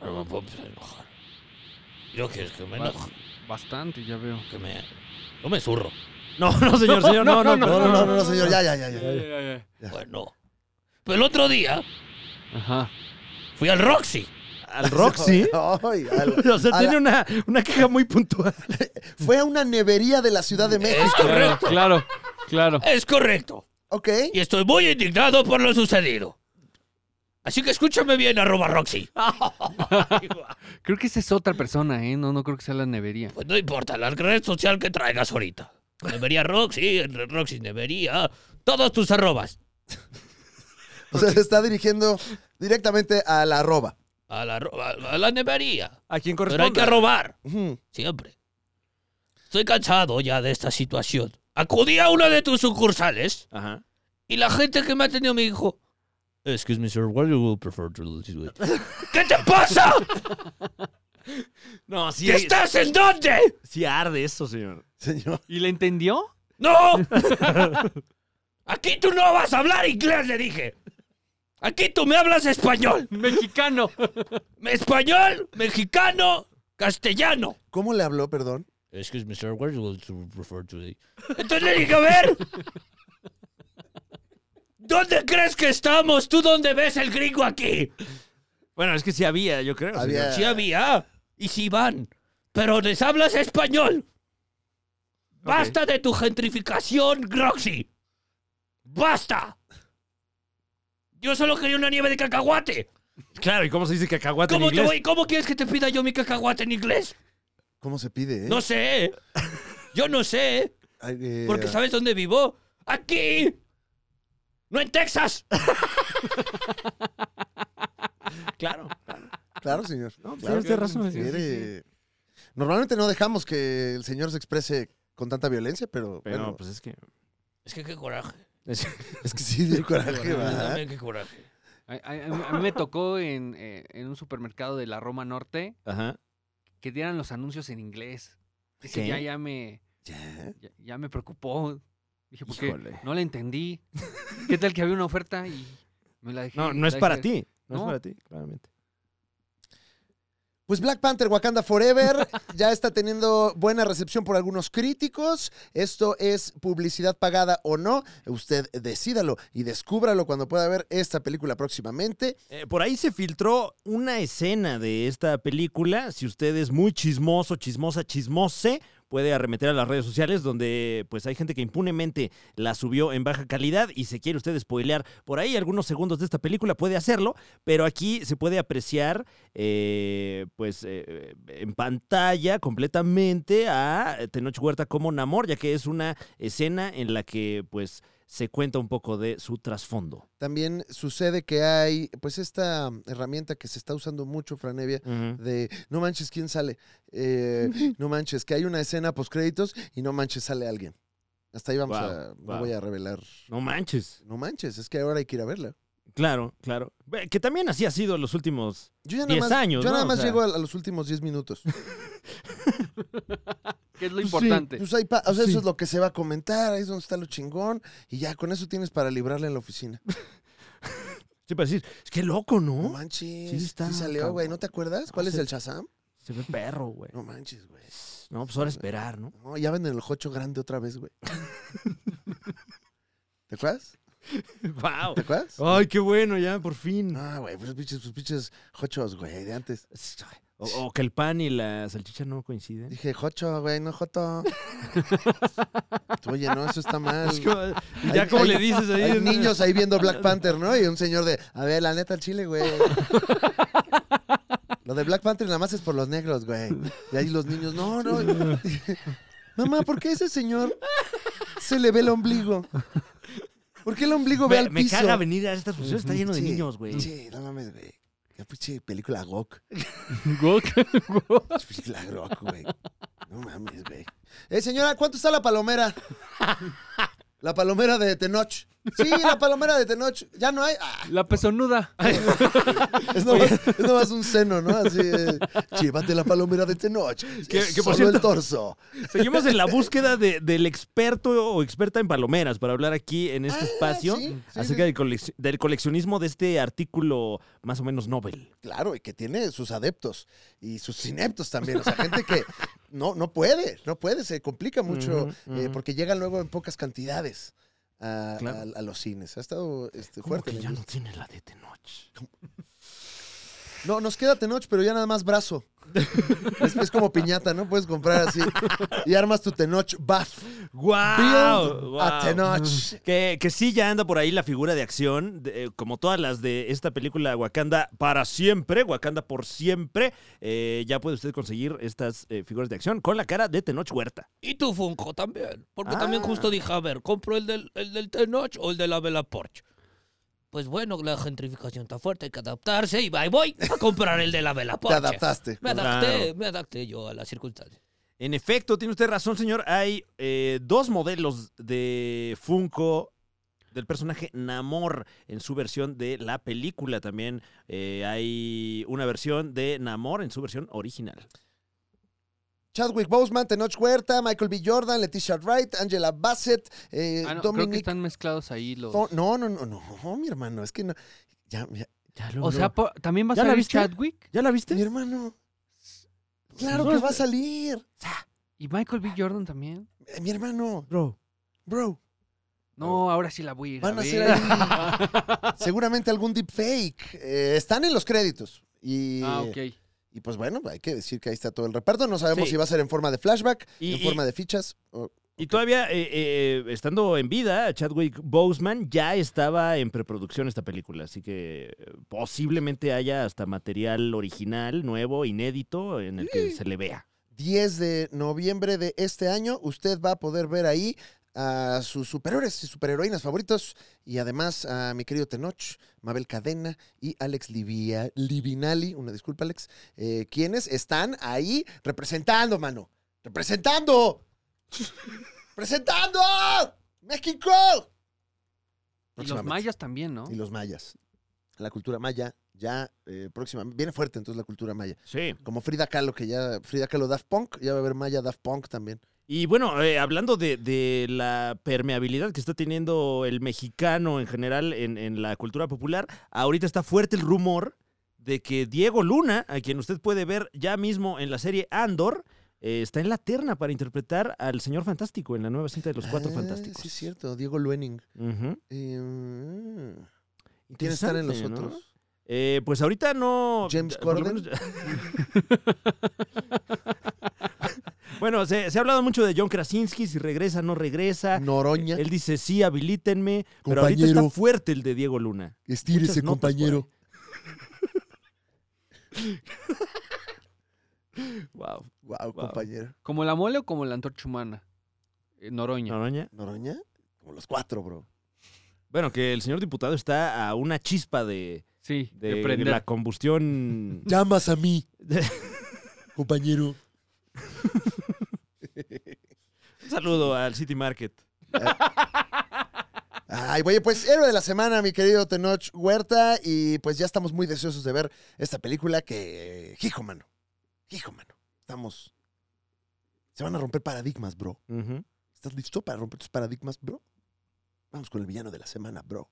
D: Pero me puedo empezar a enojar. Yo quiero que me
C: Vas-
D: enoje.
C: Bastante, ya veo.
D: Que me... Yo me zurro.
B: No, no, señor, señor. No,
C: no,
B: no,
A: No,
B: perdón.
A: no, no, no, no, señor, ya, ya, ya. ya. Ya.
D: Bueno. Pero el otro día
C: Ajá.
D: fui al Roxy.
B: Al Roxy.
A: Ay, al-
B: O sea,
A: a
B: tiene
A: la-
B: una, una queja muy puntual.
A: fue a una nevería de la Ciudad de
D: Es
A: México.
C: Claro,
D: correcto.
C: claro, claro.
D: Es correcto.
A: Ok.
D: Y estoy muy indignado por lo sucedido. Así que escúchame bien, arroba Roxy.
C: Creo que esa es otra persona, ¿eh? No, no creo que sea la nevería.
D: Pues no importa la red social que traigas ahorita. Debería Roxy, Roxy debería. Todos tus arrobas.
A: O sea, se está dirigiendo directamente a la arroba.
D: A la, arro- a la nevería.
B: ¿A quién
D: Pero hay
B: corresponde?
D: que robar.
A: Ujú.
D: Siempre. Estoy cansado ya de esta situación. Acudí a una de tus sucursales
B: Ajá.
D: y la gente que me ha tenido me dijo... Excuse me, sir, what do you prefer to do? ¿Qué te pasa?
B: No, sí,
D: ¿Qué estás en dónde?
B: sí arde eso, señor.
A: Señor.
C: ¿Y le entendió?
D: ¡No! Aquí tú no vas a hablar inglés, le dije. Aquí tú me hablas español.
C: Mexicano.
D: Español, mexicano, castellano.
A: ¿Cómo le habló, perdón?
D: Excuse me, sir, where do you refer to Entonces le dije, a ver. ¿Dónde crees que estamos? ¿Tú dónde ves el gringo aquí?
B: Bueno, es que sí había, yo creo.
A: Había-
D: Sí había y sí van, pero les hablas español. Basta de tu gentrificación, Groxy. Basta. Yo solo quería una nieve de cacahuate.
B: señor. Claro, ¿y cómo se dice cacahuate
D: ¿Cómo,
B: en
D: te
B: inglés?
D: voy- ¿Cómo quieres que te pida yo mi cacahuate en inglés?
A: ¿Cómo se pide, eh?
D: No sé. Yo no sé,
A: Ay, eh,
D: porque ¿sabes dónde vivo? Aquí. No en Texas.
B: Claro.
A: Claro, señor.
B: Claro,
A: Claro.
B: tiene pues, razón.
C: Sí,
B: señor.
A: Quiere- Normalmente no dejamos que el señor se exprese con tanta violencia, pero,
B: Pero
A: bueno,
B: pues es que.
D: Es que qué coraje.
B: es-
A: es que sí dio coraje, ¿verdad?
D: Dame qué coraje.
C: A, a- a mí me tocó en, eh, en un supermercado de la Roma Norte
B: Ajá.
C: que dieran los anuncios en inglés. Ese
B: ¿Qué?
C: ya, ya me,
A: Ya.
C: ya, ya me preocupó. Dije, porque
B: Híjole.
C: no la entendí. ¿Qué tal que había una oferta y me la dejé?
B: No, no
C: la
B: es
C: dejé-
B: para ti. No, es
C: No.
B: para ti, claramente.
A: Pues Black Panther Wakanda Forever ya está teniendo buena recepción por algunos críticos. Esto es publicidad pagada o no. Usted decídalo y descúbralo cuando pueda ver esta película próximamente.
B: Eh, por ahí se filtró una escena de esta película. Si usted es muy chismoso, chismosa, chismose, puede arremeter a las redes sociales donde pues hay gente que impunemente la subió en baja calidad y se quiere usted spoilear por ahí algunos segundos de esta película, puede hacerlo, pero aquí se puede apreciar eh, pues eh, en pantalla completamente a Tenoch Huerta como Namor, ya que es una escena en la que pues se cuenta un poco de su trasfondo.
A: También sucede que hay pues esta herramienta que se está usando mucho, Franevia, de no manches quién sale, Eh, no manches que hay una escena post créditos y no manches sale alguien. Hasta ahí vamos
B: Wow,
A: a. No
B: wow.
A: voy a revelar.
B: No manches.
A: No manches, es que ahora hay que ir a verla.
B: Claro, claro. Ve, Que también así ha sido los últimos.
A: Yo ya nada
B: 10
A: más,
B: años,
A: yo
B: ¿no?
A: nada
B: O
A: más
B: sea.
A: llego a, a los últimos 10 minutos.
C: Que es lo
B: Sí,
C: importante.
A: Pues ahí pa- o sea,
B: este, Sí.
A: eso es lo que se va a comentar, ahí es donde está lo chingón. Y ya, con eso tienes para librarla en la oficina.
B: Sí, para decir, es que loco,
A: No
B: ¿no?
A: manches.
B: Sí está, Ah,
A: salió, güey. ¿No te acuerdas? ¿Cuál es
B: Hace-
A: el Shazam?
B: Se ve perro, güey.
A: No manches, güey.
B: No, pues ahora esperar, ¿no?
A: No, ya ven el jocho grande otra vez, güey. ¿Te acuerdas?
B: ¡Wow!
A: ¿Te acuerdas?
B: Ay, qué bueno, ya, por fin.
A: No, güey, pues pinches, pues pinches jochos, güey, de antes.
B: O, o que el pan y la salchicha no coinciden.
A: Dije, jocho, güey, no joto. Oye, no, eso está mal.
B: Es como-
A: Hay-
B: ya como
A: hay-
B: le dices ahí.
A: Hay
B: es-
A: niños ahí viendo Black Panther, ¿no? Y un señor de, a ver, la neta, el chile, güey. Lo de Black Panther nada más es por los negros, güey. Y ahí los niños, no, no. Mamá, ¿por qué ese señor se le ve el ombligo? ¿Por qué el ombligo ve
B: Me,
A: al
B: me
A: piso?
B: caga venir a estas funciones, está lleno de
A: Sí,
B: niños, güey.
A: Sí, no mames, güey. La pinche película Gok. La Gok, güey. No mames, güey. Eh, señora, ¿cuánto está la palomera? La palomera de Tenoch. Sí, la palomera de Tenoch. Ya no hay. Ah,
C: La pezonuda.
B: Eh,
A: es, nomás, es nomás un seno, ¿no? Así. eh, Llévate la palomera de Tenoch.
B: Que-
A: Es
B: que por
A: solo
B: cierto-
A: el torso.
B: Seguimos en la búsqueda de- del experto o experta en palomeras para hablar aquí en
A: Ah,
B: este espacio
A: sí, sí,
B: acerca Del, colec- del coleccionismo de este artículo más o menos Nobel.
A: Claro, y que tiene sus adeptos y sus ineptos también. O sea, gente que no, no puede, no puede, se complica mucho
B: Ujú,
A: eh,
B: ujú.
A: porque llegan luego en pocas cantidades a,
B: Claro.
A: a- a los cines. Ha estado este,
B: ¿Cómo
A: fuerte.
B: que
A: la
B: ya no
A: industria.
B: tiene la de Tenoch?
A: no, nos queda Tenoch, pero ya nada más brazo. es, es como piñata, ¿no? Puedes comprar así y armas tu Tenoch buff.
B: ¡Guau!
A: Build a
B: ¡Guau!
A: Tenoch.
B: Que, que sí, ya anda por ahí la figura de acción, de- eh, como todas las de esta película Wakanda para siempre, Wakanda por siempre. Eh, ya puede usted conseguir estas eh, figuras de acción con la cara de Tenoch Huerta.
D: Y tu Funko también. Porque
B: Ah.
D: también justo dije, a ver, ¿compro el del, el del Tenoch o el de la Vela Porsche? Pues bueno, la gentrificación está fuerte, hay que adaptarse y ahí voy a comprar el de la Vela
A: Te
D: Porsche.
A: adaptaste.
D: Me adapté,
B: Claro.
D: me adapté yo a las circunstancias.
B: En efecto, tiene usted razón, señor. Hay eh, dos modelos de Funko del personaje Namor en su versión de la película también. Eh, hay una versión de Namor en su versión original.
A: Chadwick Boseman, Tenoch Huerta, Michael B. Jordan, Leticia Wright, Angela Bassett, eh,
C: Ah, no, creo que
A: Dominic.
C: están mezclados ahí los.
A: Thor- No, no, no, no, no, mi hermano, es que no. Ya, ya,
C: O sea, po- ¿también va a
B: ¿Ya la
C: salir
B: viste?
C: Chadwick?
B: ¿ya la viste?
A: Mi hermano. Claro
B: No,
A: que
B: es-
A: va a salir.
C: ¿Y Michael B. Jordan también?
A: Eh, Mi hermano,
B: Bro.
A: bro,
B: Oh.
C: No, ahora sí la voy a ir.
A: van a
C: ver.
A: hacer ahí seguramente algún deepfake. Eh, están en los créditos. Y,
C: Ah, ok.
A: y pues bueno, hay que decir que ahí está todo el reparto. No sabemos
B: Sí.
A: si va a ser en forma de flashback,
B: Y-
A: en
B: y-
A: forma de fichas. Oh, o-
B: Y todavía, eh, eh, estando en vida, Chadwick Boseman ya estaba en preproducción esta película, así que eh, posiblemente haya hasta material original, nuevo, inédito, en el que se le vea.
A: 10 de noviembre de este año, usted va a poder ver ahí a sus superhéroes y superheroínas favoritos y además a mi querido Tenoch, Mabel Cadena y Alex Livia, Livinali, una disculpa Alex, eh, quienes están ahí representando, mano, representando, presentando México.
C: Y los
A: Próximamente.
C: mayas también, ¿no?
A: Y los mayas. La cultura maya ya eh, próximamente, viene fuerte entonces la cultura maya.
B: Sí.
A: Como Frida Kahlo, que ya. Frida Kahlo Daft Punk, ya va a haber Maya Daft Punk también.
B: Y bueno, eh, hablando de, de la permeabilidad que está teniendo el mexicano en general en, en la cultura popular, ahorita está fuerte el rumor de que Diego Luna, a quien usted puede ver ya mismo en la serie Andor, eh, está en la terna para interpretar al señor fantástico en la nueva cinta de los cuatro
A: Ah,
B: fantásticos.
A: Sí, es cierto, Diego Luening.
B: Ujú.
A: Eh, ¿Quiénes están en los
B: Interesante, ¿no?
A: otros?
B: Eh, pues ahorita no.
A: James
B: por lo
A: Corden.
B: menos- bueno, se, se ha hablado mucho de John Krasinski, si regresa, no regresa.
A: Noroña.
B: Él dice, sí, habilítenme. Pero ahorita
A: Compañero.
B: está fuerte el de Diego Luna.
A: Estírese,
B: muchas notas por
A: compañero.
B: Wow.
A: Wow, compañero.
C: ¿Como la mole o como la antorcha humana? Eh, Noroña.
B: Noroña.
A: ¿Noroña? Como los cuatro, bro.
B: Bueno, que el señor diputado está a una chispa de,
C: Sí, de,
B: de
C: prender.
B: la combustión.
A: Llamas a mí, compañero.
B: Un saludo al City Market.
A: Ay, oye, pues héroe de la semana, mi querido Tenoch Huerta. Y pues ya estamos muy deseosos de ver esta película que. Hijo, mano. Hijo, mano. Estamos. Se van a romper paradigmas, bro.
B: Ujú.
A: ¿Estás listo para romper tus paradigmas, bro? Vamos con el villano de la semana, bro.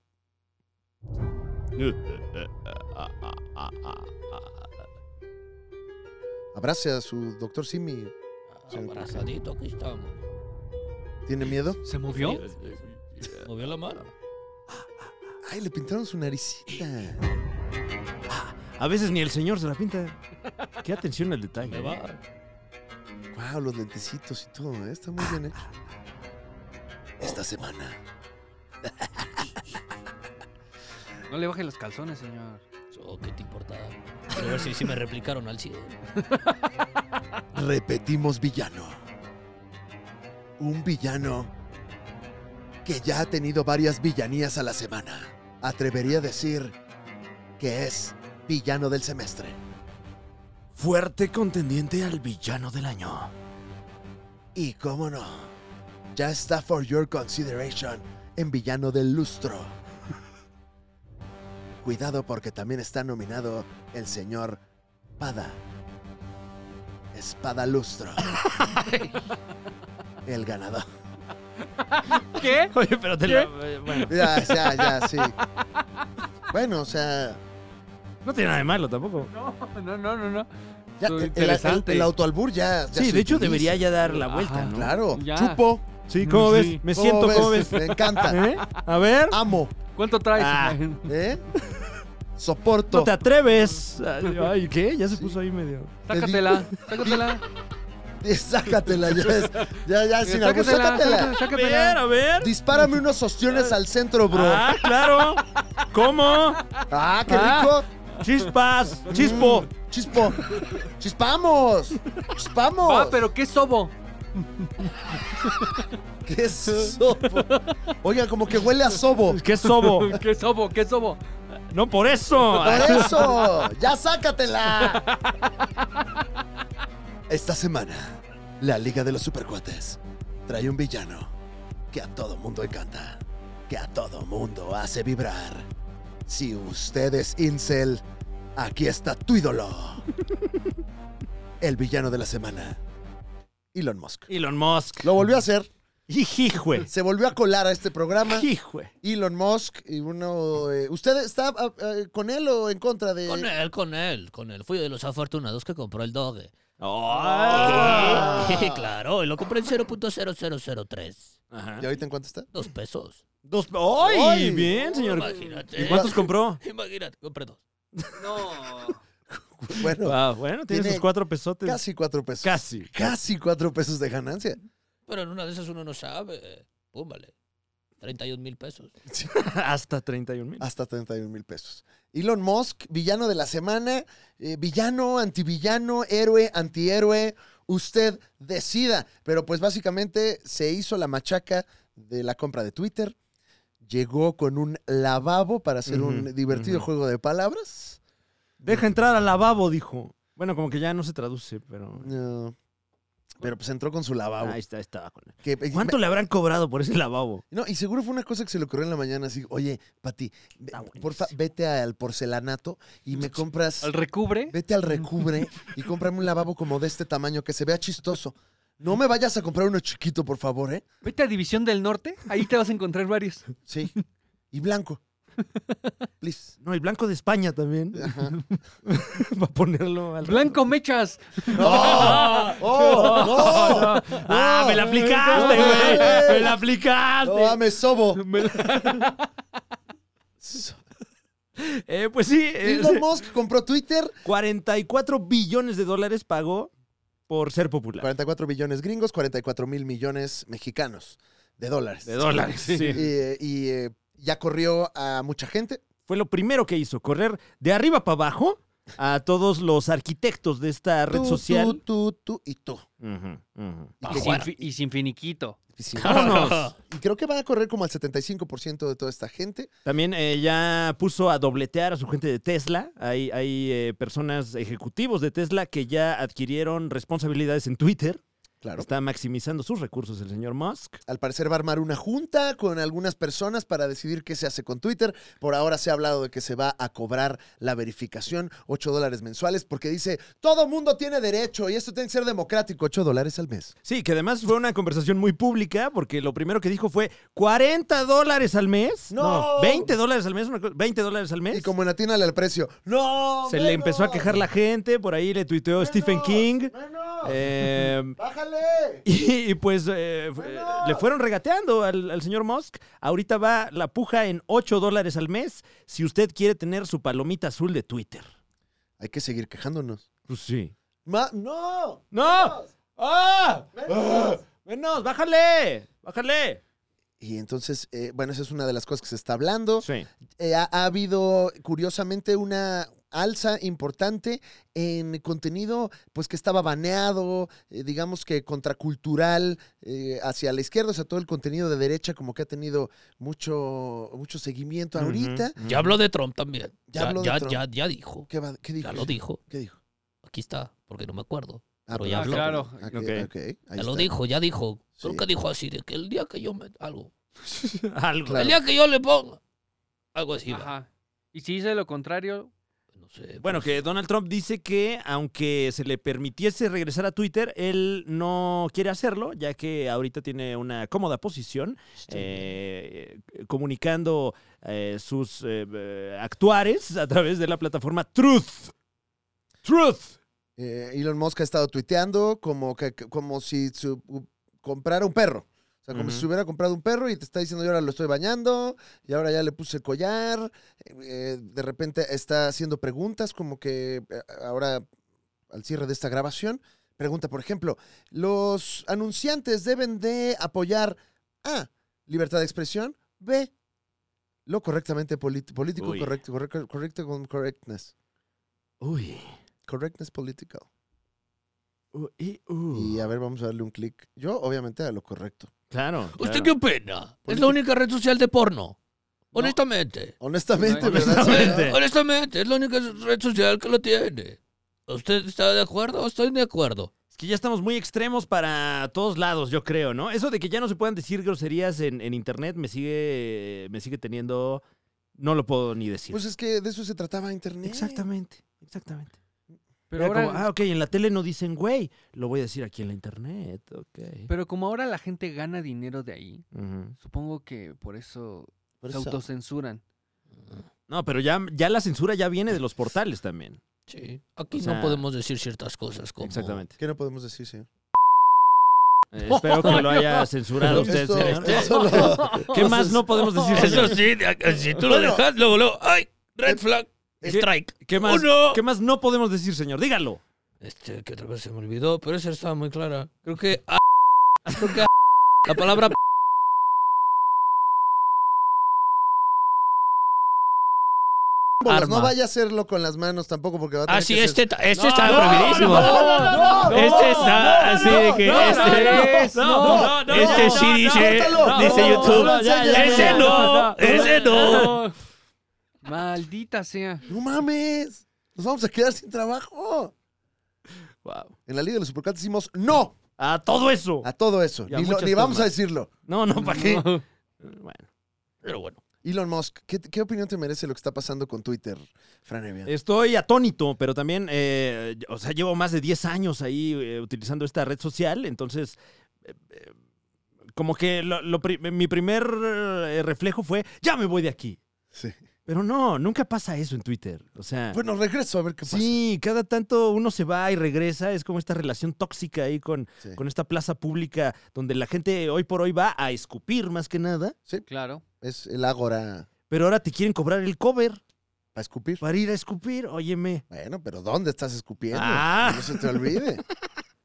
A: Abrace a su doctor Simi.
D: Abrazadito, aquí estamos.
A: ¿Tiene miedo?
C: ¿Se movió?
D: Movió la mano.
A: Ay, le pintaron su naricita.
B: A veces ni el señor se la pinta. Qué atención al detalle.
D: Me
B: ¿eh?
D: va.
A: Wow, los lentecitos y todo, ¿eh? Está muy bien hecho. Esta semana.
C: No le baje los calzones, señor.
D: Oh, ¿Qué te importa? Quiero ver si, si me replicaron al 100.
A: Repetimos villano. Un villano que ya ha tenido varias villanías a la semana. Atrevería a decir que es villano del semestre.
B: Fuerte contendiente al villano del año.
A: Y cómo no, ya está for your consideration en villano del lustro. Cuidado porque también está nominado el señor Pada. Espada lustro. El ganador.
C: ¿Qué?
B: Oye, pero te la- eh, bueno,
A: Ya, ya, ya, sí. Bueno, o sea,
B: no tiene nada de malo tampoco.
C: No, no, no, no, no.
A: ya,
C: Estuvo
A: el, el- el,
C: interesante.
A: el autoalbur ya, ya
B: Sí,
A: se
B: de hecho
A: utiliza.
B: debería ya dar la vuelta,
C: Ajá,
B: ¿no?
A: Claro,
C: Ya.
A: chupo.
B: Sí, ¿cómo
C: Sí.
B: ves? Me siento, ¿cómo ves?
A: Me encanta.
B: ¿Eh? A ver.
A: Amo,
C: ¿Cuánto traes?
B: Ah.
A: ¿eh? Soporto.
B: No te atreves. Ay, ¿qué? Ya se puso ahí medio.
C: Sácatela, sácatela.
A: Eh, Sácatela, ya es. Ya, ya, sin albur,
C: Sácatela,
A: sácatela.
C: sácatela,
B: A ver,
C: sácatela.
B: a ver.
A: Dispárame unos ostiones al centro, bro. Ah,
B: Ah, claro. ¿Cómo?
A: qué
B: ah.
A: rico.
B: Chispas, chispo.
A: Mm, chispo. Chispamos. Chispamos.
C: Va, pero qué sobo.
A: Qué sobo. Oiga, como que huele a sobo.
B: ¿Qué sobo?
C: Qué sobo, qué sobo.
B: No por eso.
A: Por eso, ya sácatela. Esta semana, la Liga de los Supercuates trae un villano que a todo mundo encanta, que a todo mundo hace vibrar. Si usted es Incel, aquí está tu ídolo. El villano de la semana, Elon Musk.
B: Elon Musk.
A: Lo volvió a hacer,
B: Hijijue.
A: se volvió a colar a este programa.
B: Hijue.
A: Elon Musk y uno... eh, ¿Usted está ah, ah, con él o en contra de...?
D: Con él, con él, con él. Fui de los afortunados que compró el Doge.
B: Ah.
D: claro, lo compré en 0.0003.
B: Ajá.
A: ¿Y ahorita en cuánto está?
D: Dos pesos.
B: Dos.
A: Ay.
B: ¡Ay! Bien, señor.
D: Imagínate.
B: ¿Y cuántos compró?
D: Imagínate, compré dos.
C: No.
A: Bueno,
B: Ah, bueno, tiene,
A: Tiene
B: sus cuatro pesotes.
A: casi cuatro pesos.
B: Casi.
A: Casi cuatro pesos de ganancia.
D: Pero en una de esas uno no sabe. Pum, vale. 31 mil pesos.
B: Hasta 31 mil.
A: Hasta 31 mil pesos. Elon Musk, villano de la semana, eh, villano, antivillano, héroe, antihéroe. Usted decida. Pero pues básicamente se hizo la machaca de la compra de Twitter. Llegó con un lavabo para hacer
B: Ujú,
A: un divertido
B: ujú.
A: juego de palabras.
B: Deja entrar al lavabo, dijo. Bueno, como que ya no se traduce, pero.
A: No. Pero pues entró con su lavabo.
B: Ahí está, estaba con él.
A: Que- eh,
B: ¿Cuánto le habrán cobrado por ese lavabo?
A: No, y seguro fue una cosa que se le ocurrió en la mañana, así, oye, Pati, ve-
B: Está buenísimo.
A: porfa, vete al porcelanato y me compras,
C: Al recubre.
A: vete al recubre y cómprame un lavabo como de este tamaño, que se vea chistoso. No me vayas a comprar uno chiquito, por favor, ¿eh?
C: Vete a División del Norte. Ahí te vas a encontrar varios.
A: Sí. Y blanco. Please.
B: No, el blanco de España también.
A: Ajá.
B: Va a ponerlo al.
C: Blanco Mechas.
A: ¡Oh! ¡Oh! ¡No!
B: ¡Ah! ¡Me la aplicaste,
A: No,
B: güey!
A: mames.
B: ¡Me la aplicaste!
A: ¡No mames, sobo!
B: Eh, pues sí, eh,
A: Elon Musk compró Twitter,
B: 44 billones de dólares pagó por ser popular.
A: 44 billones gringos, 44 mil millones mexicanos de dólares.
B: De dólares, sí.
A: Eh, y eh, ya corrió a mucha gente.
B: fue lo primero que hizo, correr de arriba para abajo a todos los arquitectos de esta red
A: Tú,
B: social. Ah,
A: Tú, tú, tú y tú.
B: Ujú, ujú.
A: Y
D: Pa'
A: que-
C: Y sin, fi- y sin finiquito.
A: y sí.
B: ¡Vámonos!
A: Y creo que va a correr como al 75% de toda esta gente.
B: También eh, ya puso a dobletear a su gente de Tesla. Hay, hay eh, personas ejecutivos de Tesla que ya adquirieron responsabilidades en Twitter.
A: Claro.
B: Está maximizando sus recursos el señor Musk.
A: Al parecer va a armar una junta con algunas personas para decidir qué se hace con Twitter. Por ahora se ha hablado de que se va a cobrar la verificación, 8 dólares mensuales, porque dice, todo mundo tiene derecho y esto tiene que ser democrático, 8 dólares al mes.
B: Sí, que además fue una conversación muy pública porque lo primero que dijo fue 40 dólares al mes.
A: ¡No!
B: 20 dólares al mes, una cosa- 20 dólares al mes.
A: Y como en Atínale al precio, ¡no!
B: Se le empezó a quejar la gente, por ahí le tuiteó Stephen King. Eh,
A: ¡Bájale!
B: y, y pues eh, f- eh, le fueron regateando al, al señor Musk. Ahorita va la puja en 8 dólares al mes si usted quiere tener su palomita azul de Twitter.
A: Hay que seguir quejándonos.
B: Pues sí.
A: Ma- ¡No!
B: ¡No! ¡Ah! ¡Ah! ¡Menos! ¡Bájale! ¡Bájale!
A: Y entonces, eh, bueno, esa es una de las cosas que se está hablando.
B: Sí.
A: Eh, ha, ha habido, curiosamente, una alza importante en contenido pues que estaba baneado, eh, digamos que contracultural eh, hacia la izquierda, o sea, todo el contenido de derecha como que ha tenido mucho, mucho seguimiento ahorita.
B: Ujú, ujú.
D: Ya habló de Trump también.
A: Ya
D: Ya,
A: habló de
D: ya,
A: Trump.
D: ya, ya dijo.
A: ¿Qué, va- qué dijo?
D: Ya lo dijo.
A: ¿Qué dijo?
D: Aquí está, porque no me acuerdo.
A: Ah,
D: Pero ya habló.
C: Claro.
A: Ah, ok,
B: Ok.
A: ok, ahí
D: ya lo
A: está.
D: dijo, ya dijo. Creo
A: Sí.
D: que dijo así, de que el día que yo me... Algo.
B: Algo.
A: Claro.
D: El día que yo le ponga... Algo así. va.
C: Ajá. Y si dice lo contrario,
D: No sé.
B: Bueno,
D: pues,
B: que Donald Trump dice que aunque se le permitiese regresar a Twitter, él no quiere hacerlo, ya que ahorita tiene una cómoda posición,
D: este,
B: eh, comunicando eh, sus eh, eh, actuares a través de la plataforma Truth. Truth.
A: Eh, Elon Musk ha estado tuiteando como, que, que- como si su- u- comprara un perro. O sea, como
B: Ujú.
A: si se hubiera comprado un perro y te está diciendo, yo ahora lo estoy bañando, y ahora ya le puse collar. Eh, eh, de repente está haciendo preguntas, como que eh, ahora, al cierre de esta grabación, pregunta, por ejemplo, ¿los anunciantes deben de apoyar A, libertad de expresión, B, lo correctamente polit- político,
B: Uy.
A: correcto, correcto, correcto con correctness,
B: Uy.
A: correctness political?
B: Uy, y- uh.
A: Y a ver, vamos a darle un clic. Yo, obviamente, a lo correcto.
B: Claro. claro.
D: ¿Usted qué opina? Es la única red social de porno. Honestamente.
A: Honestamente,
C: No,
A: ¿verdad?
B: honestamente.
A: señor?
D: Honestamente, es la única red social que lo tiene. ¿Usted está de acuerdo? Estoy de acuerdo.
B: Es que ya estamos muy extremos para todos lados, yo creo, ¿no? Eso de que ya no se puedan decir groserías en, en internet me sigue, me sigue teniendo. No lo puedo ni decir.
A: Pues eh. es que de eso se trataba Internet.
B: exactamente, exactamente.
C: pero
B: Era
C: ahora,
B: como, ah, ok, en la tele no dicen güey, lo voy a decir aquí en la internet, ok.
C: pero como ahora la gente gana dinero de ahí,
B: Ujú.
C: supongo que por eso
A: Por
C: se
A: eso.
C: autocensuran.
B: No, pero ya, ya la censura ya viene de los portales también.
D: Sí. Aquí
B: O sea,
D: no podemos decir ciertas cosas como...
B: Exactamente.
A: ¿Qué no podemos decir, señor?
B: Eh, espero que lo haya censurado usted,
A: Esto-
B: señor.
A: esto lo-
B: ¿Qué
A: lo
B: más
A: cens-
B: no podemos decir,
D: Eso
B: señor?
D: sí, de acá, si tú lo
A: Bueno.
D: dejas, luego, luego, ¡ay!
A: Eh,
D: Red flag,
A: eh,
D: strike.
B: ¿Qué más,
D: Uno.
B: ¿Qué más no podemos decir, señor? Dígalo.
D: Este, que otra vez se me olvidó, pero esa estaba muy clara. Creo que... a- creo que a- la palabra...
A: Bolas,
D: Arma.
A: Pues No vaya a hacerlo con las manos tampoco, porque va a tener
D: Así,
A: que
D: este,
A: ser-
D: ta- este está prohibidísimo.
B: no,
D: Este está así de que
B: no,
D: este es.
B: no, no, no,
D: Este
B: no,
D: sí
B: no,
D: dice.
A: córtalo,
D: dice
A: no,
D: YouTube.
A: no, ya, ya,
D: ese
A: ya,
D: no, ese no.
C: Maldita sea.
A: ¡No mames! ¡Nos vamos a quedar sin trabajo!
B: Wow.
A: En la Liga de los Supercats decimos no
B: A todo eso.
A: a todo eso.
B: Y a
A: Ni, lo-
B: muchas
A: ni vamos
B: cosas.
A: a decirlo.
B: No, no, ¿para qué?
C: No.
B: Bueno,
D: Pero bueno.
A: Elon Musk, ¿qué, qué opinión te merece lo que está pasando con Twitter, Fran Evia?
B: estoy atónito, pero también, eh, o sea, llevo más de 10 años ahí eh, utilizando esta red social, entonces, eh, eh, como que lo- lo pri- mi primer eh, reflejo fue, ya me voy de aquí.
A: Sí.
B: Pero no, nunca pasa eso en Twitter. O sea,
A: Bueno, regreso a ver qué pasa.
B: sí, cada tanto uno se va y regresa, es como esta relación tóxica ahí con,
A: Sí.
B: con esta plaza pública donde la gente hoy por hoy va a escupir más que nada,
C: Claro.
A: Es el ágora
B: pero ahora te quieren cobrar el cover
A: para escupir.
B: para ir a escupir. Óyeme.
A: Bueno, pero ¿dónde estás escupiendo?
B: Ah.
A: Que No se te olvide.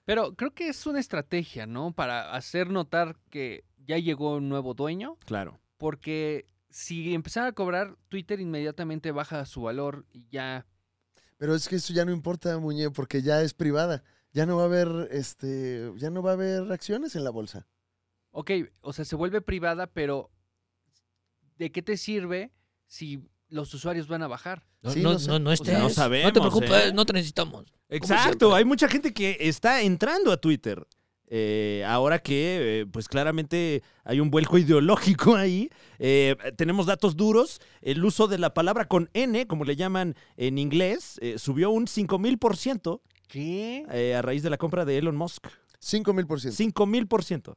C: Pero creo que es una estrategia, ¿no? Para hacer notar que ya llegó un nuevo dueño.
B: Claro.
C: Porque si empezara a cobrar, Twitter inmediatamente baja su valor y ya.
A: Pero es que eso ya no importa, Muñe, porque ya es privada. Ya no va a haber, este, ya no va a haber acciones en la bolsa.
C: Ok, o sea, se vuelve privada, pero ¿de qué te sirve si los usuarios van a bajar?
D: No,
A: Sí,
D: no,
A: no sé.
D: no, no
B: sea,
D: estés.
B: no
D: no,
B: sabemos,
D: te preocupes,
B: ¿eh?
D: no te necesitamos.
B: Exacto.
D: siempre.
B: Hay mucha gente que está entrando a Twitter. eh, ahora que eh, pues claramente hay un vuelco ideológico ahí. Eh, tenemos datos duros. El uso de la palabra con N, como le llaman en inglés, eh, subió un 5000%
C: ¿Qué?
B: eh, a raíz de la compra de Elon Musk.
A: 5 mil por ciento.
B: 5000%.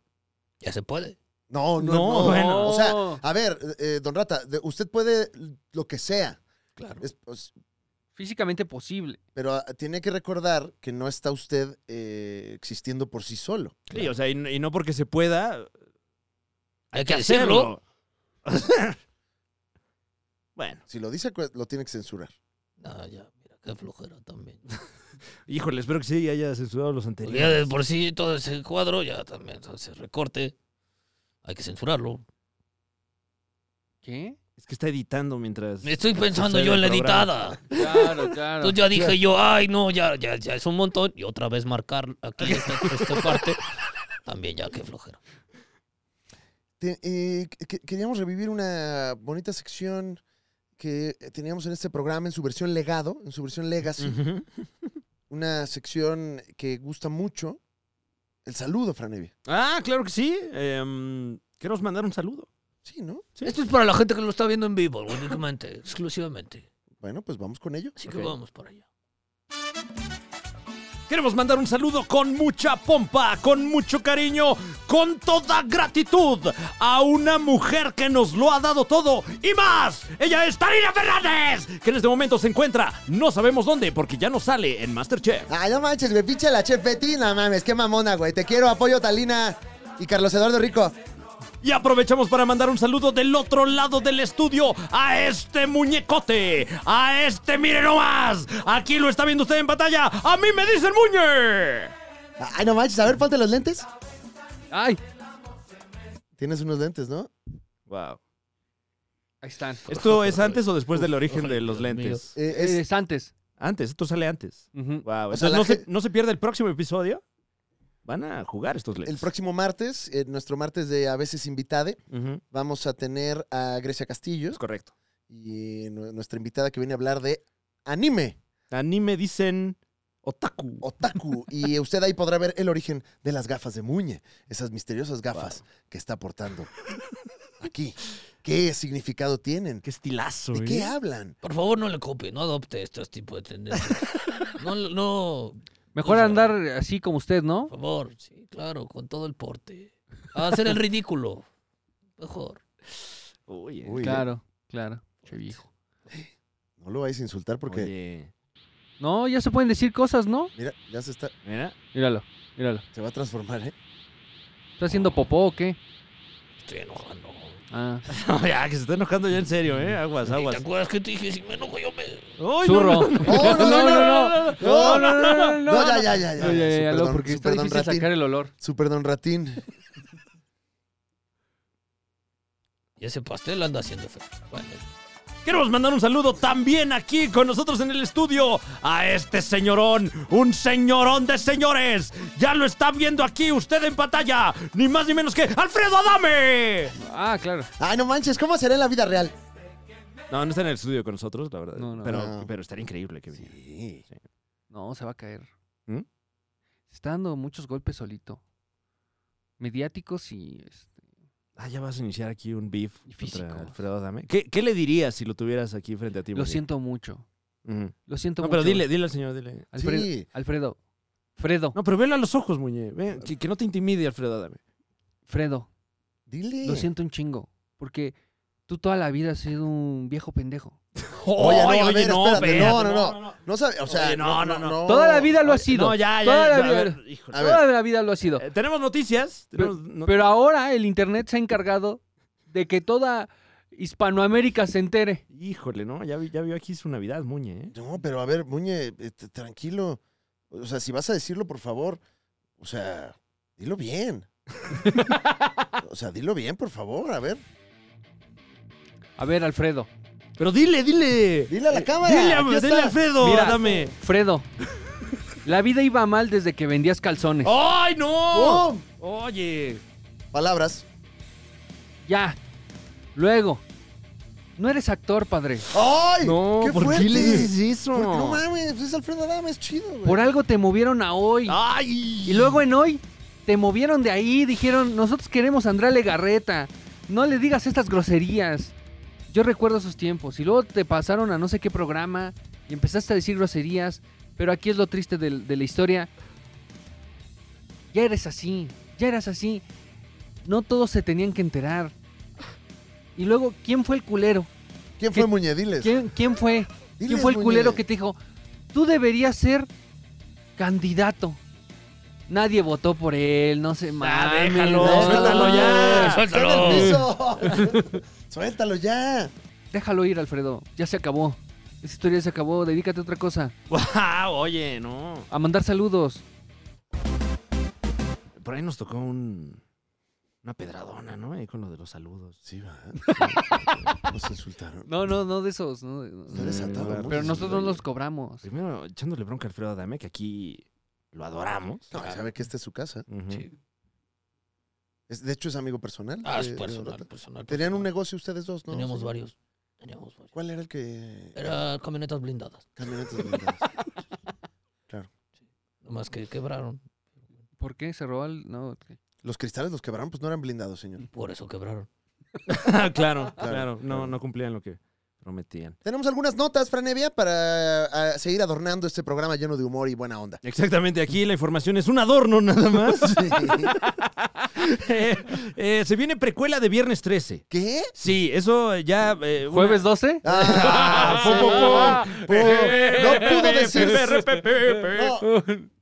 D: Ya se puede.
A: No, no,
B: No,
A: no.
B: bueno.
A: O sea, a ver, eh, don Rata, de- usted puede lo que sea.
D: Claro.
A: Es- pues,
C: Físicamente posible.
A: pero ah, tiene que recordar que no está usted eh, existiendo por sí solo.
B: Sí, o sea, y, y no porque se pueda
D: Hay que hacerlo.
B: hacerlo. bueno,
A: Si lo dice, cu- lo tiene que censurar.
D: No, ya, mira, qué flojera también.
B: híjole, espero que sí haya censurado los
D: Porque Pues ya
B: anteriores.
D: de por sí todo ese cuadro ya también se recorte. Hay que censurarlo.
C: ¿Qué?
B: Es que está editando mientras.
D: Estoy pensando
B: Sucede
D: yo en la
B: el programa.
D: editada.
C: Claro, claro.
D: Entonces ya dije yo, ay, no, ya, ya, ya es un montón. Y otra vez marcar aquí esta, esta parte. También ya, qué flojera.
A: Te- eh, que- que- queríamos revivir una bonita sección que teníamos en este programa en su versión legado, en su versión legacy.
B: Ujú.
A: Una sección que gusta mucho. El saludo, Franevia.
B: Ah, claro que sí. Em, queremos mandar un saludo.
A: Sí, ¿no?
B: Sí.
D: Esto es para la gente que lo está viendo en vivo, únicamente, exclusivamente.
A: Bueno, pues vamos con ello.
D: Así
B: Ok.
D: que vamos para allá.
B: Queremos mandar un saludo con mucha pompa, con mucho cariño, con toda gratitud a una mujer que nos lo ha dado todo y más. Ella es Tarina Fernández, que en este momento se encuentra, no sabemos dónde, porque ya no sale en Masterchef.
A: Ay, no manches, güey, pinche la chef Betty, no mames, qué mamona, güey. Te quiero, apoyo Talina y Carlos Eduardo Rico.
B: Y aprovechamos para mandar un saludo del otro lado del estudio a este muñecote, a este, mire nomás, aquí lo está viendo usted en pantalla, a mí me dicen Muñe.
A: Ay, no manches, a ver, ponte los lentes.
C: ¡Ay!
A: Tienes unos lentes, ¿no?
B: Wow.
C: Ahí están.
B: ¿Esto es antes o después del origen de los lentes?
A: Eh, es-
C: Es antes.
B: Antes, esto sale antes.
C: Ujú.
B: Wow,
A: O sea,
B: entonces
A: la
B: no, se,
A: gen-
B: no se pierde el próximo episodio. Van a jugar estos lentes.
A: el próximo martes, eh, nuestro martes de A veces Invitade,
B: Ujú,
A: vamos a tener a Grecia Castillo
B: Es correcto.
A: y eh, nu- nuestra invitada que viene a hablar de anime,
B: Anime dicen otaku.
A: otaku. y usted ahí podrá ver el origen de las gafas de Muñe, esas misteriosas gafas que está portando aquí. ¿Qué significado tienen?
B: Qué estilazo.
A: ¿De
B: ¿eh?
A: qué hablan?
D: Por favor, no le copie, no adopte estos tipos de tendencias. No, no,
C: Mejor
D: Ujú.
C: andar así como usted, ¿no?
D: por favor, sí, claro, con todo el porte. A hacer el ridículo. Mejor.
B: Oye,
A: Uy,
C: Claro, claro. Che viejo.
A: No lo vais a insultar porque,
B: oye,
C: No, ya se pueden decir cosas, ¿no?
A: mira, ya se está,
B: mira,
C: Míralo, míralo.
A: se va a transformar, ¿eh?
C: ¿Está haciendo popó o qué?
D: Estoy enojando.
C: Ah.
B: no, ya, que se está enojando ya en serio, ¿eh? Aguas,
D: ¿Te
B: aguas.
D: acuerdas que te dije? Si me enojo, yo me.
B: ¡Ay, no,
C: Zurro.
B: no, no!
A: No, no, no,
C: no, no, no, no, no,
A: No,
C: no.
A: ya, ya, ya, ya.
C: No, ya, ya,
A: Super
C: no,
A: don-
C: porque está
A: super don
C: difícil
A: Ratín.
C: sacar el olor.
A: Super Don Ratín.
D: Y ese pastel anda haciendo feo. Bueno,
B: Queremos mandar un saludo también aquí con nosotros en el estudio a este señorón, un señorón de señores. Ya lo está viendo aquí usted en pantalla, ni más ni menos que Alfredo Adame.
C: Ah, claro.
A: Ay, no manches, ¿cómo será en la vida real?
B: No, no está en el estudio con nosotros, la verdad.
C: No, no.
B: pero,
A: No.
B: pero estaría increíble que viniera.
A: Sí.
C: No, se va a caer.
B: ¿Mm?
C: Se Está dando muchos golpes solito. Mediáticos y. este,
B: Ah, ya vas a iniciar aquí un beef
C: Y
B: contra
C: físico.
B: Alfredo Adame. ¿Qué, qué le dirías si lo tuvieras aquí frente a ti?
C: Lo
B: Muñe?
C: siento mucho.
B: Ujú.
C: Lo siento
B: No,
C: mucho.
B: pero dile, dile al señor, dile.
C: Alfredo.
A: Sí.
C: Alfredo. Fredo.
B: No, pero velo a los ojos, Muñe. Ve, que, que no te intimide Alfredo Adame.
C: Fredo.
A: Dile.
C: Lo siento un chingo. Porque tú toda la vida has sido un viejo pendejo.
A: Oye, no, a ver, espérate,
B: espérate,
A: no, no, No sabe, o sea,
B: Oye, no, no, no.
C: Toda la vida lo has sido.
B: No, ya, ya.
C: Toda la
B: ya, a
C: vida-
B: ver, híjole.
A: A ver.
C: Toda la vida lo has sido.
B: Eh, tenemos noticias.
C: Pero-
B: tenemos no-
C: Pero ahora el internet se ha encargado de que toda Hispanoamérica se entere.
B: Híjole, ¿no? Ya, vi- ya vio aquí su Navidad, Muñe. ¿eh?
A: No, pero a ver, Muñe, este, tranquilo. O sea, si vas a decirlo, por favor, o sea, dilo bien. o sea, dilo bien, por favor, a ver.
C: A ver, Alfredo.
B: Pero dile, dile.
A: Dile pues, a la
B: Eh,
A: cámara,
B: Dile, a-
A: aquí
B: dile
A: está.
B: a Alfredo
C: Mira.
B: Adame.
C: Fredo. La vida iba mal desde que vendías calzones.
B: ¡Ay, no!
A: ¡Oh!
B: Oye.
A: Palabras.
C: Ya. Luego. No eres actor, padre.
A: ¡Ay!
B: No,
A: ¡Qué
B: ¿por
A: fuerte!
B: qué le dices eso?
A: Porque
B: Oh,
A: no mames, es Alfredo Adame, es chido, güey.
C: Por algo te movieron a hoy.
B: ¡Ay!
C: Y luego en hoy Te movieron de ahí, dijeron, nosotros queremos a Andrea Legarreta. No le digas estas groserías. Yo recuerdo esos tiempos. Y luego te pasaron a no sé qué programa y empezaste a decir groserías. Pero aquí es lo triste del- de, la historia. Ya eres así, ya eras así. No todos se tenían que enterar. Y luego, ¿quién fue el culero?
A: ¿Quién fue
C: ¿Qué-
A: Muñediles?
C: ¿Quién, quién fue? ¿Quién
A: Diles,
C: fue el
A: Muñe.
C: culero que te dijo, tú deberías ser candidato? Nadie votó por él, no se
D: Ah,
C: mames.
B: déjalo,
C: no,
B: suéltalo ya.
A: Está en el
D: ¡Suéltalo!
A: piso. Suéltalo ya.
C: Déjalo ir, Alfredo. Ya se acabó. Esa historia ya se acabó. Dedícate a otra cosa.
B: ¡Wow! Oye, no.
C: A mandar saludos.
B: Por ahí nos tocó un, una pedradona, ¿no? Ahí con lo de los saludos.
A: Sí, va. Nos insultaron.
C: No, no, no de esos. no de- no.
A: Está desatado,
B: Pero
A: ¿no?
C: Pero nosotros no
B: oye,
C: los cobramos.
B: Primero, echándole bronca a Alfredo Adame, que aquí lo adoramos.
A: No, sabe que esta es su casa.
B: Ujú.
D: Sí.
A: Es- de hecho, es amigo personal.
D: Ah, es
A: de- de
D: personal,
A: Dorota.
D: personal.
A: Tenían un
D: personal.
A: negocio ustedes dos, ¿no?
D: Teníamos
A: Sí.
D: varios. Teníamos varios.
A: ¿Cuál era el que...?
D: Era camionetas blindadas.
A: Camionetas blindadas.
D: Nomás que quebraron.
C: ¿Por qué? ¿Se robó el.? No. ok.
A: Los cristales los quebraron, pues no eran blindados, señor.
D: Por eso quebraron.
B: claro, claro,
A: claro.
B: No, no cumplían lo que prometían.
A: Tenemos algunas notas, Franevia, para ah, seguir adornando este programa lleno de humor y buena onda.
B: Exactamente, aquí la información es un adorno nada más. Eh, eh, se viene precuela de viernes 13.
A: ¿Qué?
B: Sí, eso ya. eh, una-
C: ¿Jueves 12?
A: Ah,
B: pum, pum,
A: sí.
B: pum.
A: Pum. No pudo decir. No.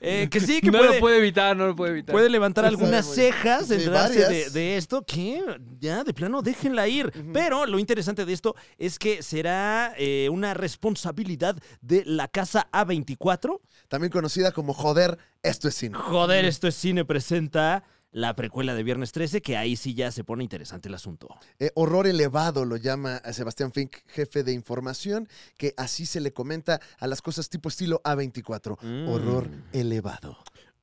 B: Eh, que sí, que
C: No
B: puede,
C: lo puede evitar, no lo puede evitar.
B: puede levantar
A: Sabe
B: algunas
A: muy bien.
B: cejas,
A: Sí,
B: enterarse de,
A: varias.
B: de esto. Que ya, de plano, déjenla ir.
A: Ujú.
B: Pero lo interesante de esto es que será eh, una responsabilidad de la casa A24.
A: También conocida como Joder, esto es cine.
B: Joder, esto es cine presenta. La precuela de Viernes 13, que ahí sí ya se pone interesante el asunto.
A: Eh, horror elevado lo llama a Sebastián Fink, jefe de información, que así se le comenta a las cosas tipo estilo A24.
B: Mm.
A: Horror elevado.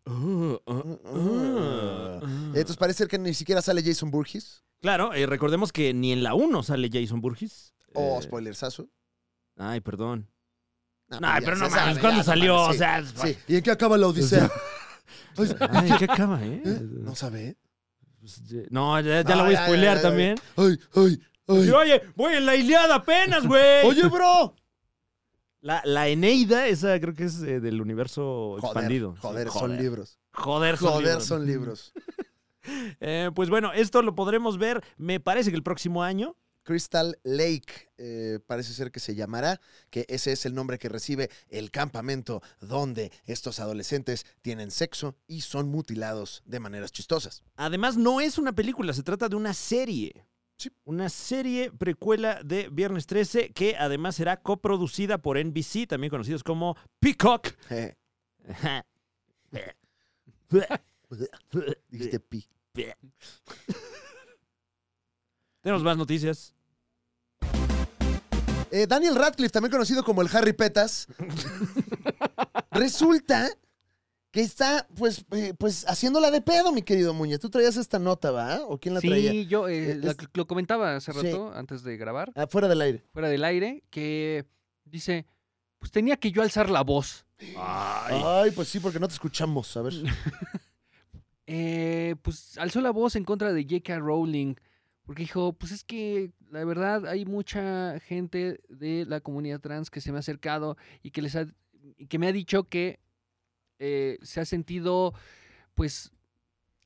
B: Uh, uh, uh, uh.
A: Eh, Entonces parece que ni siquiera sale Jason Burgess.
B: Claro, eh, recordemos que ni en la 1 sale Jason Burgess.
A: O
B: Eh,
A: spoilersazo.
B: ay, perdón.
A: No, pues
B: Ay, pero no mames,
A: cuando
B: ¿cuándo salió? O sea, es-
A: Sí. ¿Y en qué acaba la odisea? Pues,
B: Ay, ¿qué acaba, eh?
A: ¿eh? ¿No sabe?
B: Pues, ya- No, ya, ya la
A: No,
B: voy
A: ya,
B: a spoilear
A: ya, ya,
B: también.
A: ¡Ay, ay,
B: Y,
A: ay!
B: oye, voy en la Iliada apenas, güey.
A: ¡Oye, bro!
B: La, la Eneida, esa creo que es eh, del universo expandido.
A: Joder, joder, son
B: Joder.
A: libros.
B: Joder, son
A: Joder,
B: libros.
A: son libros.
B: Eh, pues bueno, esto lo podremos ver, me parece que el próximo año.
A: Crystal Lake, eh, parece ser que se llamará, que ese es el nombre que recibe el campamento donde estos adolescentes tienen sexo y son mutilados de maneras chistosas.
B: Además, no es una película, se trata de una serie.
A: Sí.
B: Una serie precuela de Viernes 13 que además será coproducida por NBC, también conocidos como Peacock.
A: Eh, dijiste pi.
B: Tenemos más noticias.
A: Eh, Daniel Radcliffe, también conocido como el Harry Petas, resulta que está, pues, eh, pues, haciéndola de pedo, mi querido Muñe. Tú traías esta nota, ¿va? ¿O quién la traía?
C: Sí, yo eh,
A: Eh,
C: la-
A: es-
C: lo comentaba hace
A: Sí.
C: rato, antes de grabar.
A: Ah, fuera del aire.
C: fuera del aire, que dice, pues tenía que yo alzar la voz.
A: Ay. pues sí, porque no te escuchamos. A ver.
C: Eh, pues alzó la voz en contra de J.K. Rowling, porque dijo, pues es que la verdad hay mucha gente de la comunidad trans que se me ha acercado y que, les ha- y que me ha dicho que eh, se ha sentido, pues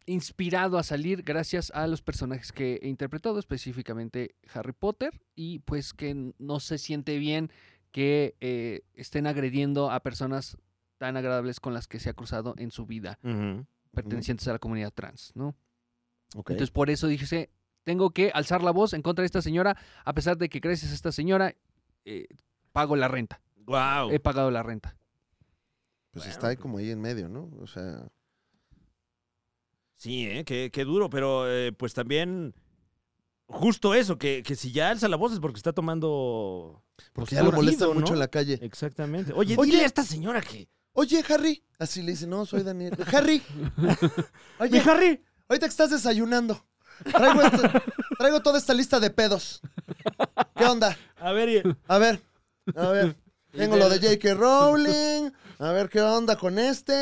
C: inspirado a salir gracias a los personajes que he interpretado, específicamente Harry Potter, y pues que n- no se siente bien que eh, estén agrediendo a personas tan agradables con las que se ha cruzado en su vida, pertenecientes a la comunidad trans, ¿no?
A: Ok.
C: Entonces por eso dije, tengo que alzar la voz en contra de esta señora, a pesar de que gracias a esta señora eh, pago la renta,
B: Wow.
C: he pagado la renta.
A: Pues
B: Bueno,
A: está ahí
B: pues-
A: como ahí en medio, ¿no? O sea,
B: Sí, ¿eh? qué, qué duro, pero eh, pues también justo eso, que, que si ya alza la voz es porque está tomando...
A: porque ya lo
B: partido,
A: molesta
B: ¿no? Eh.
A: mucho en la calle.
B: Exactamente. Oye,
A: Oye.
B: dile a esta señora que...
A: Oye, Harry. Así le dice, no, soy Daniel. Harry.
B: ¡Mi
A: Oye,
B: Harry!
A: ahorita que estás desayunando, traigo, esta- traigo toda esta lista de pedos. ¿Qué onda?
B: A ver, y-
A: A ver, a ver. Tengo lo de J.K. Rowling, A ver qué onda con este.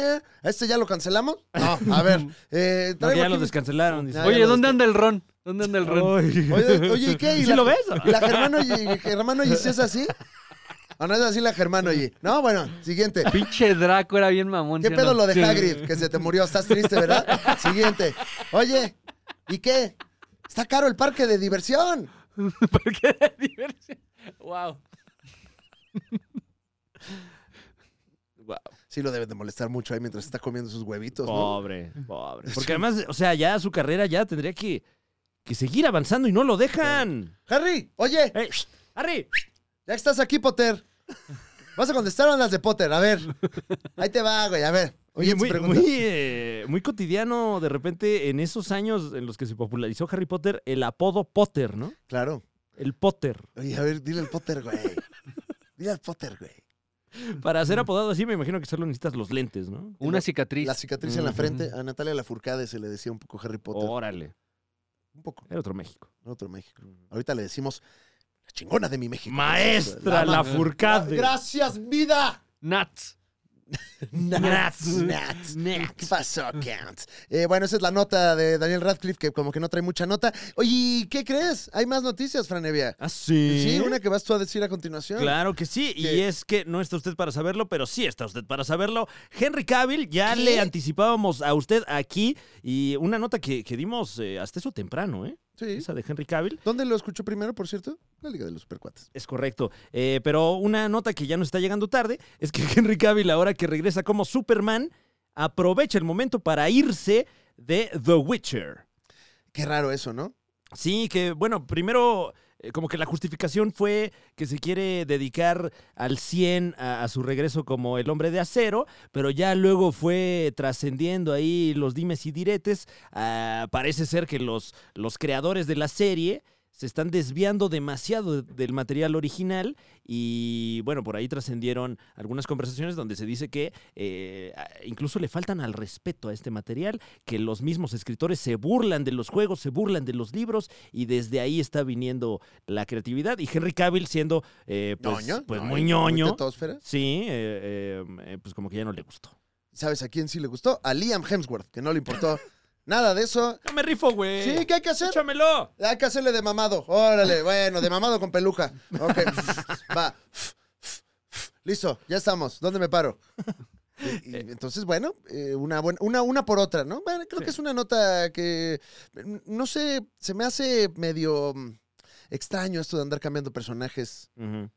A: ¿A este ya lo cancelamos? No, a ver. eh,
B: No, que
A: traigo
B: ya los
A: aquí-
B: descancelaron. dice.
A: Ah,
C: Oye,
A: ya lo
C: ¿dónde anda el ron? ¿Dónde anda el ron?
B: Ay.
A: Oye, oye, ¿y qué? ¿Y
B: ¿Sí
A: la-
B: lo ves?
A: ¿Y la Germano y, Germano y si es así? ¿O no es así la Germano y? No, bueno, siguiente.
C: Pinche Draco era bien mamón.
A: ¿Qué
C: ¿sí o
A: pedo
C: no?
A: lo de
C: Sí.
A: Hagrid? Que se te murió. Estás triste, ¿verdad? Siguiente. Oye, ¿y qué? Está caro el parque de diversión.
C: Porque era diversión. Wow.
A: Sí, lo deben de molestar mucho ahí mientras está comiendo sus huevitos, ¿no?
B: Pobre, pobre. Porque además, o sea, ya su carrera ya tendría que, que seguir avanzando y no lo dejan.
A: Harry, oye,
B: Eh, ¡Harry!
A: ya que estás aquí, Potter. ¿Vas a contestar a las de Potter? A ver. Ahí te va, güey, a ver. Oye,
B: Oye, muy,
A: pregunta.
B: muy, eh, muy cotidiano de repente en esos años en los que se popularizó Harry Potter, el apodo Potter, ¿no?
A: Claro.
B: El Potter.
A: Oye, a ver, dile al Potter, güey. Dile al Potter, güey.
B: Para
A: Mm.
B: ser apodado así, me imagino que solo necesitas los lentes, ¿no?
C: Una cicatriz.
A: La cicatriz en la
B: Ujú.
A: frente. A Natalia Lafourcade se le decía un poco Harry Potter.
B: Órale.
A: Un poco.
B: Era otro México.
A: En otro México. Ahorita le decimos la chingona de mi México. ma-
B: Maestra la Furcade.
A: Gracias, vida.
C: Nats.
A: Nats. Nats. ¿Qué pasó, Kant? Eh, bueno, esa es la nota de Daniel Radcliffe, que como que no trae mucha nota. Oye, ¿y ¿qué crees? Hay más noticias, Franevia.
B: Ah, sí.
A: Sí, una que vas tú a decir a continuación.
B: Claro que sí, y
A: ¿Qué?
B: es que no está usted para saberlo, pero sí está usted para saberlo. Henry Cavill, ya
A: ¿Qué?
B: le anticipábamos a usted aquí y una nota que, que dimos eh, hasta eso temprano, ¿eh?
A: Sí.
B: Esa de Henry Cavill.
A: ¿Dónde lo escuchó primero, por cierto? La Liga de los Supercuates.
B: Es correcto, Eh, pero una nota que ya nos está llegando tarde es que Henry Cavill, ahora que regresa como Superman, aprovecha el momento para irse de The Witcher.
A: Qué raro eso, ¿no?
B: Sí, que bueno, primero eh, como que la justificación fue que se quiere dedicar al 100 a, a su regreso como el hombre de acero, pero ya luego fue trascendiendo ahí los dimes y diretes. Ah, parece ser que los, los creadores de la serie se están desviando demasiado de- del material original y bueno, por ahí trascendieron algunas conversaciones donde se dice que eh, a- incluso le faltan al respeto a este material, que los mismos escritores se burlan de los juegos, se burlan de los libros y desde ahí está viniendo la creatividad y Henry Cavill siendo eh, pues,
A: ñoño.
B: pues
A: No,
B: muy ñoño.
A: tetósfera.
B: Sí, eh, eh, eh, pues como que ya no le gustó.
A: ¿Sabes a quién sí le gustó? A Liam Hemsworth, que no le importó nada de eso.
B: ¡No me rifo, güey!
A: Sí, ¿qué hay que hacer?
B: ¡Échamelo!
A: Hay que hacerle de mamado. Órale, bueno, de mamado con peluca. Ok, va. Listo, ya estamos. ¿Dónde me paro? Y- y entonces, bueno, eh, una, buena- una, una por otra, ¿no? Bueno, creo que es una nota que, mm, no sé, se me hace medio mm, extraño esto de andar cambiando personajes
B: Ujú.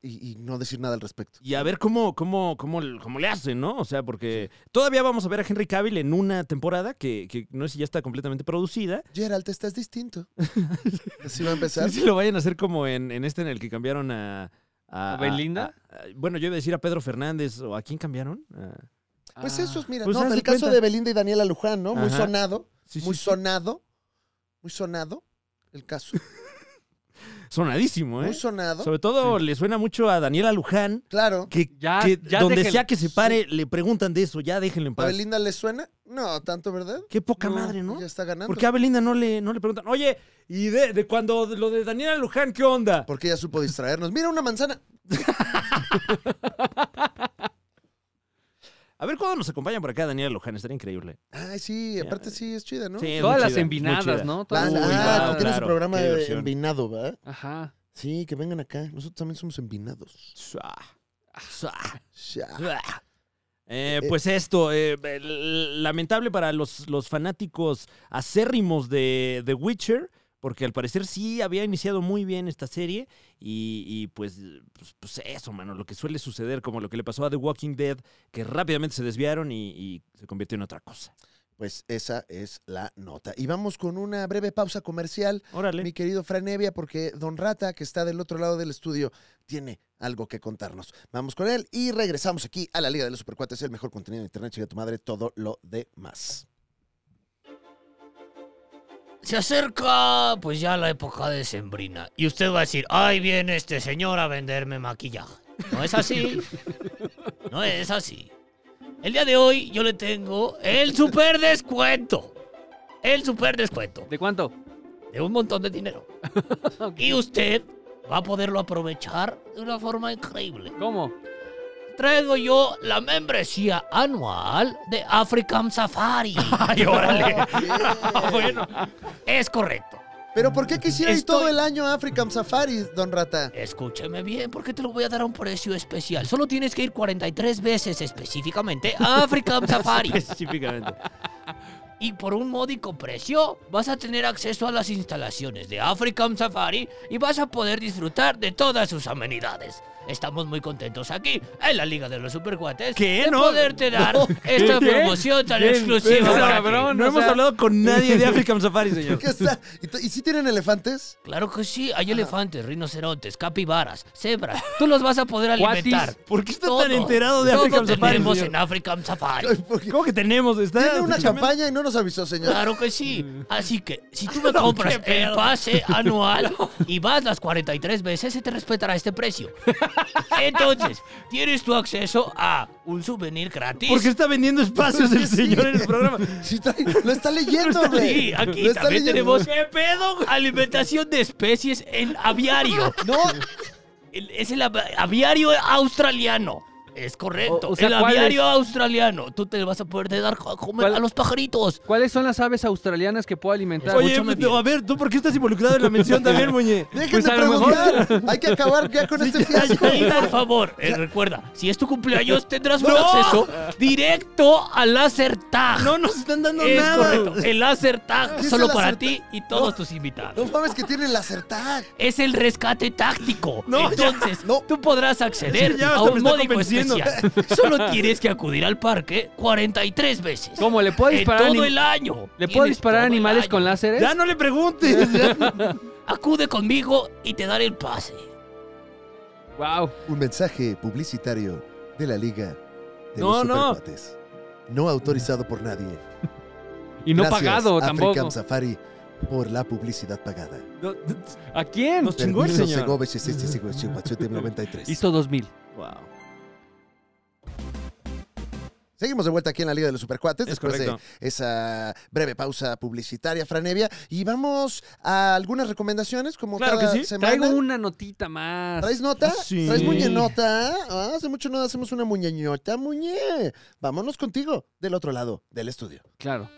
A: y, y no decir nada al respecto.
B: Y a ver cómo, cómo, cómo, cómo le hacen, ¿no? O sea, porque todavía vamos a ver a Henry Cavill en una temporada que, que no sé si ya está completamente producida.
A: Gerald, estás distinto. Así va a empezar.
B: No sé si lo vayan a hacer como en, en este en el que cambiaron a...
C: ¿A Belinda?
B: a- a- bueno, yo iba a decir a Pedro Fernández o a quién cambiaron. A-
A: Pues
C: Ah.
A: esos, mira,
B: Pues
A: no,
B: haz
A: el
B: de
A: caso
B: cuenta.
A: de Belinda y Daniela Luján, ¿no? Muy
B: Ajá.
A: sonado,
B: sí, sí,
A: muy
B: sí.
A: sonado, muy sonado el caso.
B: Sonadísimo, ¿eh?
A: Muy sonado.
B: Sobre todo le suena mucho a Daniela Luján,
A: Claro.
B: que,
C: Ya,
B: que
C: ya
B: donde
C: déjenlo.
B: sea que se pare le preguntan de eso, ya déjenlo en
A: ¿A
B: paz.
A: Belinda le suena? No, tanto, ¿verdad?
B: Qué poca
C: No,
B: madre, ¿no?
A: Ya está ganando.
B: Porque a Belinda no le, no le preguntan, oye, ¿y de, de cuando lo de Daniela Luján, qué onda?
A: Porque ella supo distraernos. Mira una manzana.
B: A ver cuándo nos acompañan por acá Daniela Luján, estaría increíble.
A: Ay, sí, aparte sí, es chida, ¿no?
B: Sí, es
C: Ah. Todas
B: muy
C: las
B: chida,
C: envinadas,
B: muy chida.
C: ¿no?
A: La-
C: Todas-
B: Uy,
A: ah,
B: claro,
A: tú tienes
B: claro,
A: un programa
B: qué
A: de
B: diversión.
A: envinado, ¿verdad?
C: Ajá.
A: Sí, que vengan acá. Nosotros también somos envinados.
B: Suá, suá,
A: Ya.
B: suá. Ah. Eh, pues esto, eh, eh, lamentable para los, los fanáticos acérrimos de The Witcher, porque al parecer sí había iniciado muy bien esta serie y, y pues, pues, pues eso, mano, lo que suele suceder, como lo que le pasó a The Walking Dead, que rápidamente se desviaron y, y se convirtió en otra cosa.
A: Pues esa es la nota. Y vamos con una breve pausa comercial,
B: Órale.
A: mi querido Franevia, porque Don Rata, que está del otro lado del estudio, tiene algo que contarnos. Vamos con él y regresamos aquí a la Liga de los Supercuates, el mejor contenido de internet, chica tu madre, todo lo demás.
D: Se acerca, pues ya la época de sembrina. Y usted va a decir, ay, viene este señor a venderme maquillaje. No es así. No es así. El día de hoy yo le tengo el super descuento. El super descuento.
C: ¿De cuánto?
D: De un montón de dinero.
C: Ok.
D: Y usted va a poderlo aprovechar de una forma increíble.
C: ¿Cómo?
D: traigo yo la membresía anual de African Safari.
E: Ay, órale.
D: bueno, es correcto.
A: Pero ¿por qué quisiera ir
D: Estoy-
A: todo el año a African Safari, don Rata?
D: Escúcheme bien, porque te lo voy a dar a un precio especial. Solo tienes que ir 43 veces específicamente a African Safari.
B: Pues Específicamente.
D: Y por un módico precio vas a tener acceso a las instalaciones de African Safari y vas a poder disfrutar de todas sus amenidades. Estamos muy contentos aquí, en la Liga de los Supercuates,
B: ¿Qué?
D: de
B: No.
D: poderte dar esta
C: ¿Qué?
D: promoción tan
C: ¿Qué?
D: exclusiva.
C: Pero,
D: para ti.
C: cabrón,
B: No
C: o
B: hemos
C: sea,
B: hablado con nadie de African Safari, señor.
A: ¿Qué está? ¿Y, t- y sí tienen elefantes?
D: Claro que sí, hay elefantes, rinocerontes, capibaras, cebras. Tú los vas a poder
C: Cuatis.
D: alimentar.
B: ¿Por qué está
D: Todo,
B: tan enterado de
D: todo
B: African Safari?
D: tenemos
B: señor?
D: en African Safari.
A: Porque
B: ¿Cómo que tenemos? Está
A: tiene una
B: efectivamente-
A: campaña y no nos avisó, señor.
D: Claro que sí. Así que, si tú me compras el pase anual y vas las 43 veces, se te respetará este precio. Entonces, tienes tu acceso a un souvenir gratis.
B: Porque está vendiendo espacios el señor en el programa.
A: Sí, trae- lo está leyendo,
D: Sí,
A: güey.
D: aquí
A: Lo está
D: también
A: leyendo.
D: tenemos alimentación de especies en aviario.
A: No,
D: El- es el av- aviario australiano. Es correcto.
C: O- o sea,
D: el
C: ¿cuál
D: aviario australiano. Tú te vas a poder de dar co- a comer
C: ¿Cuál-
D: a los pajaritos.
C: ¿Cuáles son las aves australianas que puedo alimentar?
B: Oye,
D: Escúchame bien.
B: a ver, ¿tú por qué estás involucrado en la mención también, Muñe?
A: dejen
C: Pues
A: de
C: a lo mejor.
A: preguntar. Hay que acabar ya con este fiasco.
D: Y por favor, eh, recuerda, si es tu cumpleaños tendrás un acceso directo al láser tag.
B: No nos están dando
D: es
B: nada.
D: correcto, el láser tag
A: ¿Qué es
D: solo
A: el
D: para
A: láser
D: ti y todos tus invitados.
A: No mames que tienen la acertar.
D: Es el rescate táctico.
B: No, ya,
D: Entonces,
A: no.
D: tú podrás acceder
B: Sí, ya
D: a
B: hasta me
D: un
B: está
D: módico
B: convenciendo.
D: especial. Solo tienes que acudir al parque 43 veces.
C: ¿Cómo? ¿Le puedo
D: En
C: disparar
D: todo
C: anim-
D: el año.
C: ¿Le puedo
D: Tienes
C: disparar
D: todo
C: a
D: el
C: animales
D: año.
C: con láseres?
B: Ya no le preguntes.
D: Acude conmigo y te daré el pase.
C: Wow.
A: Un mensaje publicitario de la Liga de
B: No,
A: los
B: no.
A: Supercuates. No autorizado por nadie.
C: Y no
A: Gracias,
C: pagado
A: African
C: tampoco.
A: Safari por la publicidad pagada.
B: No,
C: ¿A quién?
B: Nos chingó el
A: Permiso
B: Pues señor.
A: Segovia 665893.
C: Hizo 2000.
B: Wow.
A: Seguimos de vuelta aquí en la Liga de los Supercuates
B: Es
A: después
B: correcto.
A: de esa breve pausa publicitaria, Franevia. Y vamos a algunas recomendaciones como
B: Claro
A: cada
B: que sí. Ah,
A: semana.
C: Traigo una notita más.
A: ¿Traes nota?
B: Sí.
A: ¿Traes muñenota? Ah, hace mucho no hacemos una muñeñota, muñe. Vámonos contigo, del otro lado del estudio.
C: Claro.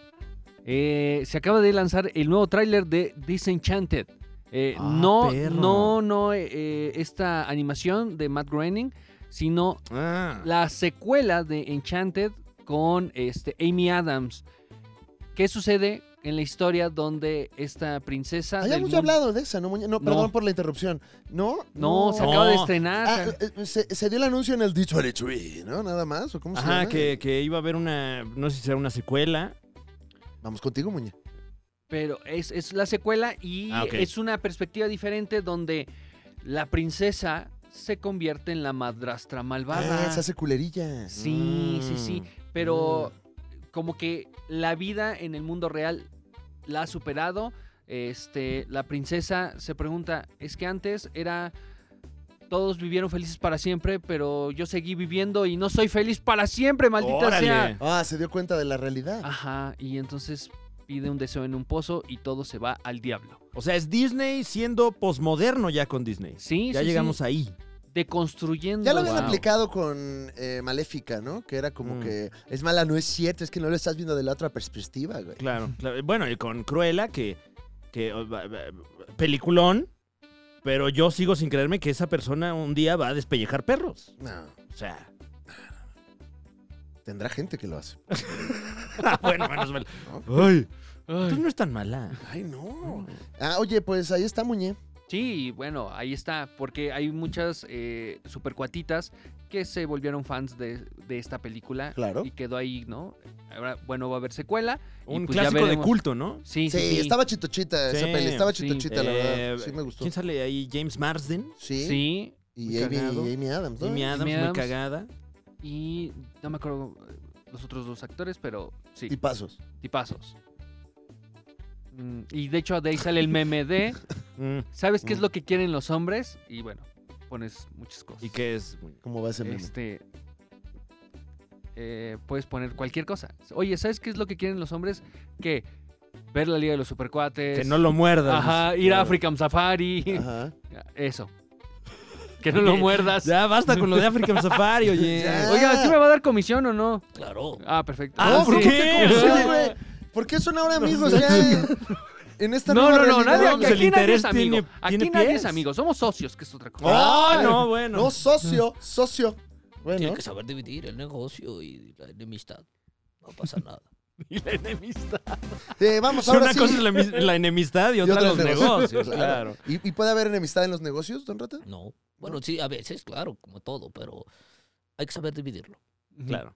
C: Eh, se acaba de lanzar el nuevo tráiler de Disenchanted. Eh,
B: Ah,
C: no,
B: perro.
C: no, no, eh, eh, esta animación de Matt Groening, sino
B: Ah.
C: la secuela de Enchanted con este, Amy Adams. ¿Qué sucede en la historia donde esta princesa...
A: Ah,
C: del
A: ya hemos
C: mundo-
A: hablado de esa, ¿no, muñe? No, perdón
C: No.
A: por la interrupción. ¿No?
C: No, se acaba de
B: No.
C: estrenar.
A: Ah, eh, se, se dio el anuncio en el Digital Tree, ¿no? Nada más, ¿o cómo se
B: Ajá,
A: llama?
B: que, que iba a haber una, no sé si será una secuela.
A: Vamos contigo, muñe.
C: Pero es, es la secuela y
B: Ah, ok.
C: es una perspectiva diferente donde la princesa se convierte en la madrastra malvada.
A: Ah, se hace culerilla.
C: Sí, sí, sí.
B: Mm.
C: Pero como que la vida en el mundo real la ha superado. Este, la princesa se pregunta, es que antes era todos vivieron felices para siempre, pero yo seguí viviendo y no soy feliz para siempre, maldita
B: Órale.
C: sea.
A: Ah, se dio cuenta de la realidad.
C: Ajá, y entonces pide un deseo en un pozo y todo se va al diablo.
B: O sea, es Disney siendo posmoderno ya con Disney.
C: Sí,
B: ya
C: sí,
B: llegamos
C: sí.
B: ahí.
C: deconstruyendo.
A: Ya lo habían
C: Wow.
A: aplicado con eh, Maléfica, ¿no? Que era como
B: Mm.
A: que es mala, no es cierto, es que no lo estás viendo de la otra perspectiva, güey.
B: Claro, claro. Bueno, y con Cruella, que, que oh, va- va- peliculón, pero yo sigo sin creerme que esa persona un día va a despellejar perros.
A: No,
B: O sea,
A: tendrá gente que lo hace.
B: bueno, menos mal. Ay, entonces no es tan mala.
A: Ay, no. Ah, oye, pues ahí está Muñe.
C: Sí, y bueno, ahí está, porque hay muchas eh, supercuatitas que se volvieron fans de, de esta película
A: Claro.
C: y quedó ahí, ¿no? Ahora, bueno, va a haber secuela. y
B: Un
C: pues ya
B: clásico de
C: veremos.
B: culto, ¿no?
C: Sí,
A: Sí,
C: sí, sí.
A: estaba chitochita esa
B: Sí,
A: peli, estaba
C: sí.
A: chitochita, la
B: Eh,
A: verdad. Sí me gustó.
B: ¿Quién sale ahí? James Marsden.
A: Sí,
C: Sí,
A: y Amy,
B: cagado.
A: y Amy Adams, ¿no?
B: Jimmy Adams, muy
C: Adams.
B: cagada.
C: y no me acuerdo eh, los otros dos actores, pero sí,
A: Y pasos.
C: tipazos. Mm, Y de hecho, de ahí sale el meme de,
B: Mm,
C: ¿sabes qué es
A: Mm.
C: lo que quieren los hombres? Y bueno, pones muchas cosas.
B: ¿Y qué es?
A: ¿Cómo va ese meme?
C: este eh, puedes poner cualquier cosa. Oye, ¿sabes qué es lo que quieren los hombres? Que ver la Liga de los Supercuates.
B: Que no lo muerdas.
C: Ajá, ir a
B: África.
C: African Safari.
A: Ajá.
C: Eso. Que no lo muerdas.
B: Ya basta con lo de African Safari, oye.
A: Ya.
C: Oiga, ¿sí me va a dar comisión o no?
D: Claro.
C: Ah, perfecto.
B: Ah,
A: No,
B: ¿por
A: ¿por
C: sí.
A: qué?
B: qué?
A: comisión, Pues güey? ¿Por qué son ahora amigos ya en, en esta
C: No,
A: nueva
C: no, no,
A: realidad?
C: nadie, aquí,
B: pues el
C: aquí nadie
B: interés
C: es amigo.
B: tiene-
C: aquí
B: tiene
C: nadie
B: pies.
C: es amigo. Somos socios, que es otra cosa.
B: Ah,
A: Ay,
B: no, bueno.
A: No, socio, socio.
D: Tiene
A: Bueno,
D: que saber dividir el negocio y la enemistad. No pasa nada.
C: Y la enemistad.
A: eh, vamos
B: Una
A: ahora sí.
B: cosa es la, emis- la enemistad y otra,
A: otra
B: los
A: es negocio,
B: negocios,
A: claro.
B: claro.
A: ¿Y, y puede haber enemistad en los negocios, don Rata?
D: No. Bueno, sí, a veces, claro, como todo, pero hay que saber dividirlo.
B: Claro.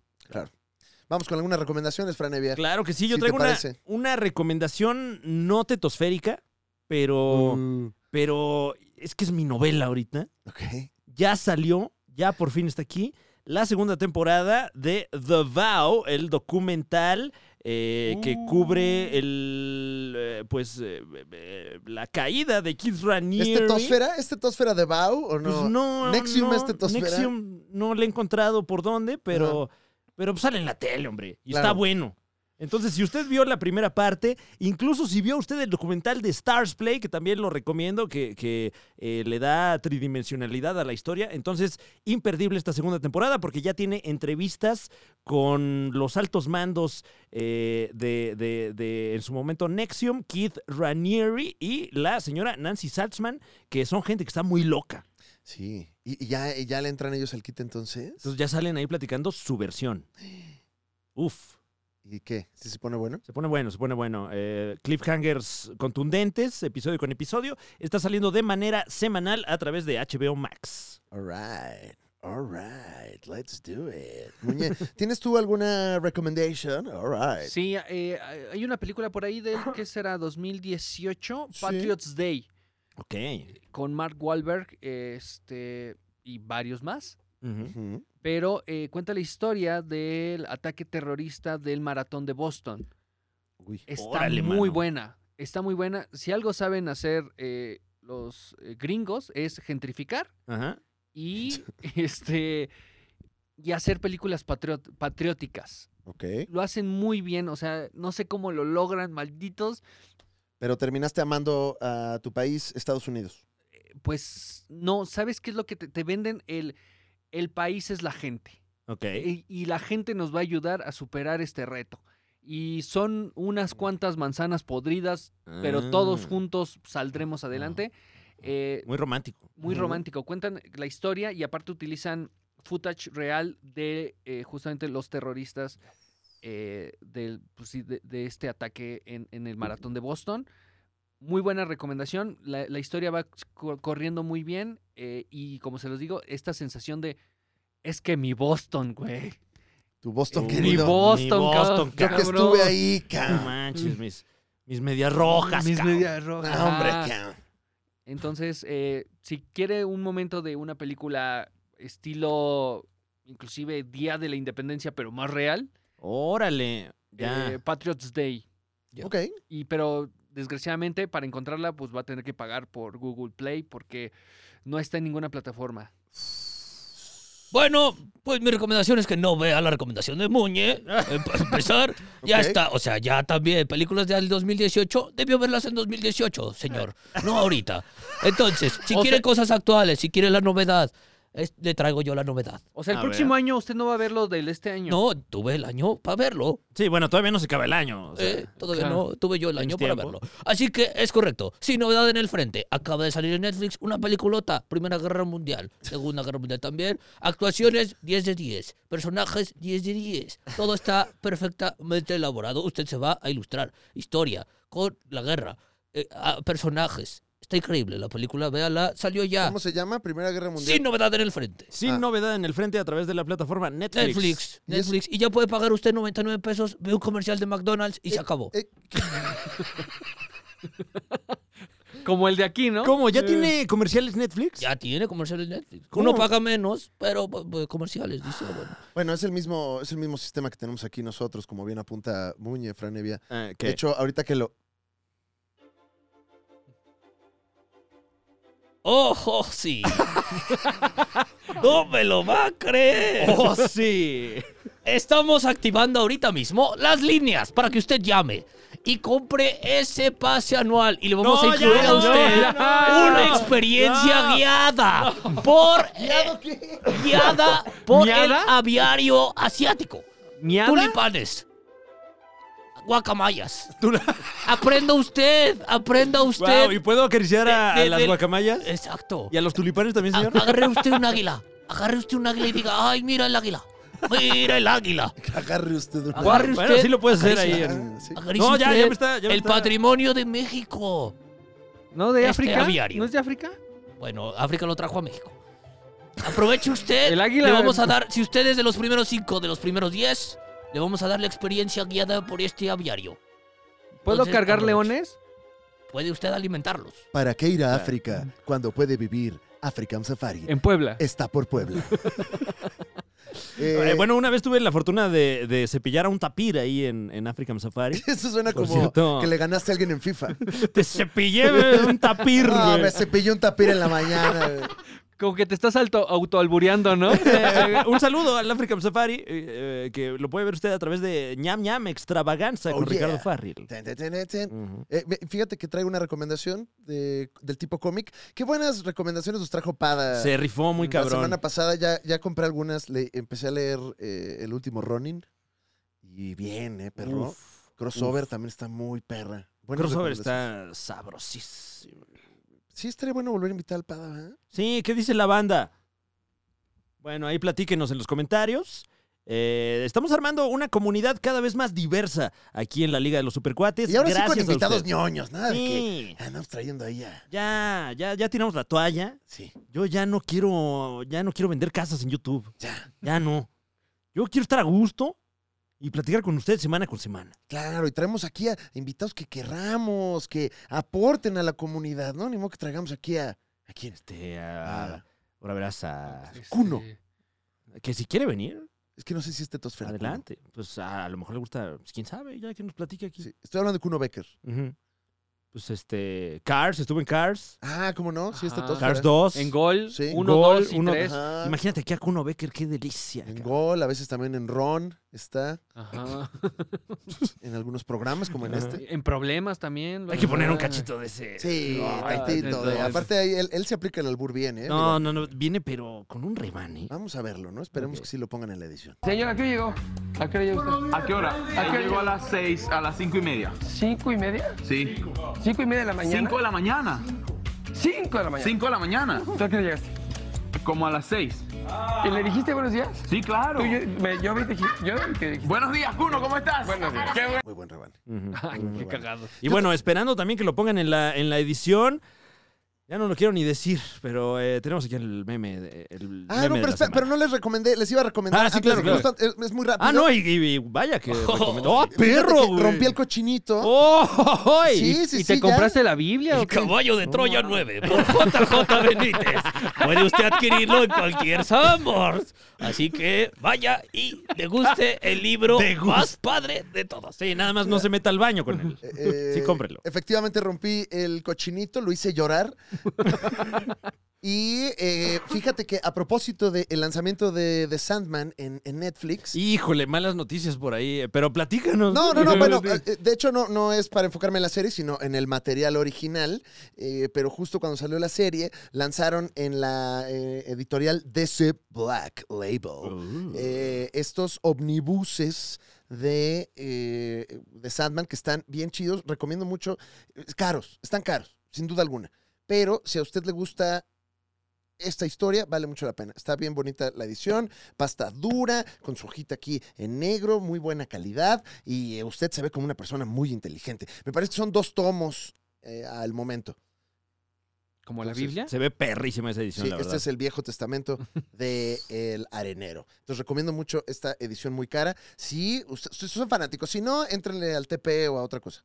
A: Vamos con algunas recomendaciones, Fran Evia.
B: Claro que sí, yo
A: Si te
B: traigo una,
A: parece.
B: una recomendación no tetosférica, pero,
A: Mm,
B: pero es que es mi novela ahorita.
A: ok.
B: Ya salió, ya por fin está aquí, la segunda temporada de The Vow, el documental eh, que
A: Uh.
B: cubre el eh, pues eh, eh, la caída de Keith Raniere.
A: ¿Es tetosfera? ¿Es tetosfera este de Bau o no?
B: Pues no,
A: Nexium
B: no,
A: es tetosfera.
B: Nexium no le he encontrado por dónde, pero, pero pues, sale en la tele, hombre. Y está
A: Claro.
B: bueno. Entonces, si usted vio la primera parte, incluso si vio usted el documental de Stars Play, que también lo recomiendo, que, que, eh, le da tridimensionalidad a la historia, entonces, imperdible esta segunda temporada porque ya tiene entrevistas con los altos mandos eh, de, de- de, en su momento, Nexium, Keith Ranieri y la señora Nancy Saltzman, que son gente que está muy loca.
A: Sí. ¿Y, y ya, y ya le entran ellos al kit entonces?
B: Entonces ya salen ahí platicando su versión. Uf,
A: ¿Y qué? ¿Sí se pone bueno?
B: se pone bueno, se pone bueno. Eh, cliffhangers contundentes, episodio con episodio. Está saliendo de manera semanal a través de HBO Max.
A: All right. All right. Let's do it. Muñe, ¿tienes tú alguna recommendation? All right.
C: Sí, eh, hay una película por ahí del, ¿qué será? 2018,
A: Sí.
C: Patriots Day,
B: Ok.
C: con Mark Wahlberg este, y varios más.
B: Ujú.
A: Ujú.
C: Pero eh, cuenta la historia del ataque terrorista del maratón de Boston.
A: Uy.
C: Está
B: Órale,
C: muy
B: mano.
C: buena. Está muy buena. Si algo saben hacer eh, los eh, gringos es gentrificar
B: Ajá.
C: y este y hacer películas patriot- patrióticas.
A: Ok.
C: Lo hacen muy bien, o sea, no sé cómo lo logran, malditos.
A: Pero terminaste amando a tu país, Estados Unidos.
C: Pues no, ¿sabes qué es lo que te, te venden? El, el país es la gente.
B: Ok.
C: eh, Y, y la gente nos va a ayudar a superar este reto. Y son unas cuantas manzanas podridas, pero
B: Ah,
C: todos juntos saldremos adelante. Eh,
B: Muy romántico.
C: Muy
A: Ujú.
C: romántico. Cuentan la historia y aparte utilizan footage real de eh, justamente los terroristas eh, del, pues sí, de, de este ataque en, en el maratón de Boston. Muy buena recomendación. La, la historia va co- corriendo muy bien eh, y como se los digo, esta sensación de es que mi Boston, güey.
A: Tu Boston
B: Uy,
C: Mi
A: querido.
C: Boston,
B: Mi Boston,
C: ca-
A: Yo que
C: cabrón.
A: estuve ahí,
B: No
A: cabrón.
B: manches, mis, mis medias rojas.
C: Mis
B: cabrón.
C: medias rojas.
A: No, hombre,
C: Ah,
A: cabrón.
C: Entonces, eh, si quiere un momento de una película estilo, inclusive Día de la Independencia, pero más real,
B: Órale. Ya.
C: eh, Patriots Day.
D: Ya.
A: Ok.
C: Y pero desgraciadamente para encontrarla, pues va a tener que pagar por Google Play porque no está en ninguna plataforma.
D: Bueno, pues mi recomendación es que no vea la recomendación de Muñe. eh, Para empezar, ya
A: Ok.
D: está. O sea, ya también, películas del 2018, debió verlas en 2018, señor. No ahorita. Entonces, si
C: O
D: quiere
C: sea-
D: cosas actuales, si quiere la novedad, es- le traigo yo la novedad.
C: O sea, el
B: A
C: próximo
B: ver.
C: año usted no va a ver lo del este año.
D: No, tuve el año para verlo.
B: Sí, bueno, todavía no se acaba el año. o sea.
D: Eh, todavía
C: claro.
D: no, tuve yo el año
B: Tienes
D: para
B: tiempo.
D: verlo. Así que es correcto. Sin novedad en el frente. Acaba de salir en Netflix una peliculota. Primera Guerra Mundial. Segunda Guerra Mundial también. Actuaciones 10 de 10. Personajes 10 de 10. Todo está perfectamente elaborado. Usted se va a ilustrar. Historia con la guerra. eh, a- personajes. Está increíble la película. Véala. Salió ya.
A: ¿Cómo se llama? Primera Guerra Mundial.
D: Sin novedad en el frente.
B: Sin
A: Ah.
B: novedad en el frente a través de la plataforma Netflix.
A: ¿Y
D: Netflix,
A: eso?
D: Netflix. Y ya puede pagar usted 99 pesos, ve un comercial de McDonald's y se acabó.
A: Eh,
C: Como el de aquí, ¿no?
B: ¿Cómo? ¿Ya tiene comerciales Netflix?
D: Ya tiene comerciales Netflix.
B: ¿Cómo?
D: Uno paga menos, pero pues, pues, comerciales, dice. Bueno.
A: Bueno, es el mismo, es el mismo sistema que tenemos aquí nosotros, como bien apunta Muñe, Fran Evia.
B: Ah,
A: De
B: ¿qué?
A: hecho, ahorita que lo.
D: ¡Ojo, sí! ¡No me lo va a creer!
B: ¡Oh, sí!
D: Estamos activando ahorita mismo las líneas para que usted llame y compre ese pase anual. Y le vamos
B: No,
D: a incluir
B: ya,
D: a
B: no,
D: usted
B: ya, no,
D: una
B: no,
D: experiencia
B: no.
D: guiada por eh, guiada por el
C: ¿Miada?
D: aviario asiático.
C: ¿Miada?
D: Tulipanes. Guacamayas. Aprenda usted, aprenda usted.
B: Wow, ¿Y puedo acariciar a,
D: De-
B: a
D: de-
B: las
D: del- Ah,
B: guacamayas?
D: Exacto.
B: ¿Y a los tulipanes también,
D: A-
B: señor?
D: Agarre usted un águila. Agarre usted un águila y diga, ay, mira el águila. Mira el águila.
A: Agarre usted una.
D: Agarre usted.
B: Bueno, sí lo puedes hacer ahí.
D: acaricia.
B: en-
A: Ah, sí.
D: Acaricia
B: No, ya,
D: usted
B: ya me está- ya me
D: el
B: está.
D: patrimonio de México.
C: ¿No de
D: Este
C: África?
D: aviario.
C: ¿No es de África?
D: Bueno, África lo trajo a México. Aproveche usted.
C: El águila-
D: Le vamos a dar, si usted es de los primeros cinco, de los primeros diez, le vamos a dar la experiencia guiada por este aviario.
C: ¿Puedo
D: Entonces,
C: cargar
D: aproveche.
C: leones?
D: Puede usted alimentarlos.
A: ¿Para qué ir a África cuando puede vivir African Safari?
C: En Puebla.
A: Está por Puebla.
B: Eh,
A: Eh,
B: bueno, una vez tuve la fortuna de, de cepillar a un tapir ahí en, en African Safari.
A: Eso suena
B: Por
A: como
B: cierto.
A: que le ganaste a alguien en FIFA.
B: Te cepillé güey, un tapir,
A: Ah,
B: güey.
A: me cepillé un tapir en la mañana. güey.
C: Como que te estás alto, autoalbureando, ¿no?
B: Eh, un saludo al African Safari, eh, eh, que lo puede ver usted a través de ñam ñam extravaganza
A: Oh,
B: con
A: yeah.
B: Ricardo Farril.
A: Ten, ten, ten, ten.
B: Ujú.
A: Eh, me- fíjate que traigo una recomendación de- del tipo cómic. Qué buenas recomendaciones nos trajo Pada.
B: Se rifó muy
A: La
B: cabrón.
A: semana pasada ya, ya compré algunas. Le, empecé a leer eh, el último Ronin. Y bien, ¿eh, perro?
B: Uf,
A: Crossover también está muy perra. Buenas
B: Crossover
A: recomendaciones.
B: está sabrosísimo.
A: Sí, estaría bueno volver a invitar al Pada, ¿eh?
B: Sí, ¿qué dice la banda? Bueno, ahí platíquenos en los comentarios. Eh, estamos armando una comunidad cada vez más diversa aquí en la Liga de los Supercuates.
A: Y ahora
B: Gracias
A: sí con
B: a
A: invitados
B: usted.
A: ñoños, nada de
B: Sí,
A: que andamos trayendo ahí a...
B: ya, ya, ya tiramos la toalla.
A: Sí,
B: Yo ya no quiero, ya no quiero vender casas en YouTube.
A: ya.
B: Ya no. Yo quiero estar a gusto y platicar con ustedes semana con semana.
A: Claro, y traemos aquí a invitados que querramos, que aporten a la comunidad, ¿no? Ni modo que traigamos aquí a... ¿A quién?
B: Este, ah,
A: Ah.
B: ahora verás a...
A: Cuno.
C: Este,
B: Que si quiere venir,
A: Es que no sé si es tetosfera. Kuno.
B: adelante. Pues a, lo mejor le gusta, pues, quién sabe, ya que nos platique aquí.
A: Sí, estoy hablando de Kuno Becker.
B: Ujú. Pues este, Cars, estuvo en Cars,
A: Ah, ¿cómo no? Sí, es
C: Ajá.
A: tetosfera.
B: Cars 2.
C: En gol,
A: Sí.
C: uno,
B: Gol,
C: dos y
B: uno,
C: tres.
A: Ajá.
B: Imagínate que a Kuno Becker, qué delicia.
A: En
B: cabrón.
A: Gol, a veces también en Ron, está
C: Ajá.
A: en algunos programas como en
B: Ajá.
A: este.
C: En problemas también.
B: Hay que poner un cachito de ese.
A: Sí,
B: Ay,
A: tantito. de-
C: entonces-
A: aparte, ahí él, él se aplica el albur bien, ¿eh?
B: No,
A: Digo,
B: no, no, viene pero con un ¿eh? rebane.
A: Vamos a verlo, ¿no? Esperemos que sí lo pongan en la edición.
E: Señora, ¿qué llegó? ¿A qué hora llegó usted?
F: ¿A qué hora?
E: ¿A qué hora
F: Llego
E: llegó?
F: a las 6, a las 5 y media.
E: ¿Cinco y media?
F: Sí.
E: ¿Cinco y media de la mañana?
F: 5 de la mañana.
E: ¿Cinco de la mañana?
F: 5 de la mañana.
E: ¿Tú a qué hora llegaste?
F: Como a las 6.
E: ¿Y le dijiste buenos días?
F: Sí, claro.
E: Tú, yo, me, yo vi que dijiste- yo vi que dijiste.
F: Buenos días, Cuno, ¿cómo estás?
E: Buenos días.
F: Qué bueno.
A: Muy buen Ah, rebane.
B: Mm,
C: Ay, qué cagado.
B: Y bueno, esperando también que lo pongan en la, en la edición. Ya no lo quiero ni decir, pero eh, tenemos aquí el meme. de- el
A: Ah,
B: meme
A: no, pero,
B: de la
A: espera,
B: semana.
A: pero no les recomendé, les iba a recomendar.
B: Ah, sí,
A: antes
B: claro,
A: de que
B: claro.
A: nos tan- es, es muy rápido.
B: Ah, no, y, y- y vaya que. recomendó. ¡Oh,
A: Fíjate
B: perro!
A: que
B: güey!
A: rompí el cochinito.
B: ¡Oh, joy!
A: sí, sí,
C: ¿Y
A: sí.
C: te
A: ya.
C: compraste la Biblia o
D: El
C: qué?
D: caballo de Troya 9 por JJ Benítez. Puede usted adquirirlo en cualquier Sambors. Así que vaya y le guste el libro más padre de todos.
B: Sí, nada más no se meta al baño con él.
A: Eh,
B: Sí, cómprelo.
A: Efectivamente rompí el cochinito, lo hice llorar. y eh, fíjate que a propósito del lanzamiento de, de Sandman en, en Netflix.
B: Híjole, malas noticias por ahí. eh, Pero platícanos.
A: No, no, no, bueno, eh, de hecho no, no es para enfocarme en la serie, sino en el material original, eh, pero justo cuando salió la serie, lanzaron en la eh, editorial DC Black Label
B: Mm.
A: eh, estos omnibuses de, eh, de Sandman que están bien chidos, recomiendo mucho, eh, caros, están caros, sin duda alguna, pero si a usted le gusta... Esta historia vale mucho la pena. Está bien bonita la edición, pasta dura, con su hojita aquí en negro, muy buena calidad y eh, usted se ve como una persona muy inteligente. Me parece que son dos tomos eh, al momento.
C: ¿Como la
A: Entonces,
C: Biblia?
B: Se ve perrísima esa edición,
A: Sí,
B: la verdad.
A: este es el Viejo Testamento de El Arenero. Entonces recomiendo mucho esta edición muy cara. Si usted- ustedes son fanáticos, si no, entrenle al TP o a otra cosa.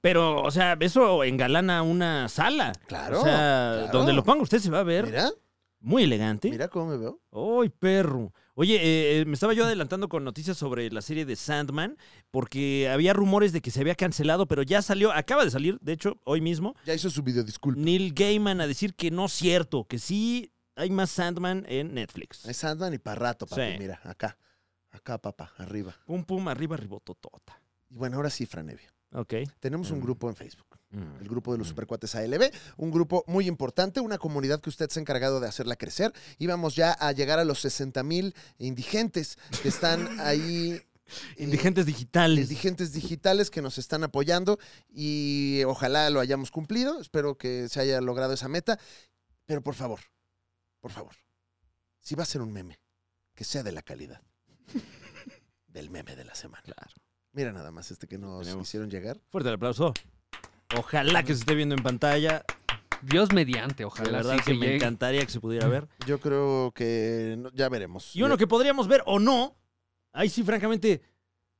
B: Pero, o sea, eso engalana una sala.
A: Claro,
B: O sea,
A: claro.
B: donde lo ponga usted se va a ver
A: Mira,
B: muy elegante.
A: mira cómo me veo.
B: ¡Ay, perro! Oye, eh, eh, me estaba yo adelantando con noticias sobre la serie de Sandman, porque había rumores de que se había cancelado, pero ya salió, acaba de salir, de hecho, hoy mismo,
A: Ya hizo su video, disculpe.
B: Neil Gaiman a decir que no es cierto, que sí hay más Sandman en Netflix.
A: Es Sandman y para rato, papi.
B: Sí.
A: Mira, acá. Acá, papá, arriba.
B: Pum, pum, arriba, ribototota.
A: Y bueno, ahora sí, Franevia.
B: Ok.
A: Tenemos un grupo en Facebook.
B: Mm.
A: el grupo de los supercuates ALB, un grupo muy importante, una comunidad que usted se ha encargado de hacerla crecer. Íbamos ya a llegar a los 60 mil indigentes que están ahí. eh,
B: Indigentes digitales.
A: Indigentes digitales que nos están apoyando y ojalá lo hayamos cumplido. Espero que se haya logrado esa meta. Pero por favor, por favor, si va a ser un meme, que sea de la calidad del meme de la semana.
B: Claro.
A: Mira nada más este que nos
B: Tenemos.
A: hicieron llegar.
B: Fuerte el aplauso. Ojalá que se esté viendo en pantalla.
C: Dios mediante,
B: De
C: ojalá
B: verdad
C: sí
B: que
C: que
B: me
C: llegue. Mm.
B: encantaría que se pudiera ver.
A: Yo creo que no- ya veremos.
B: Y uno que podríamos ver o no, ahí sí, francamente,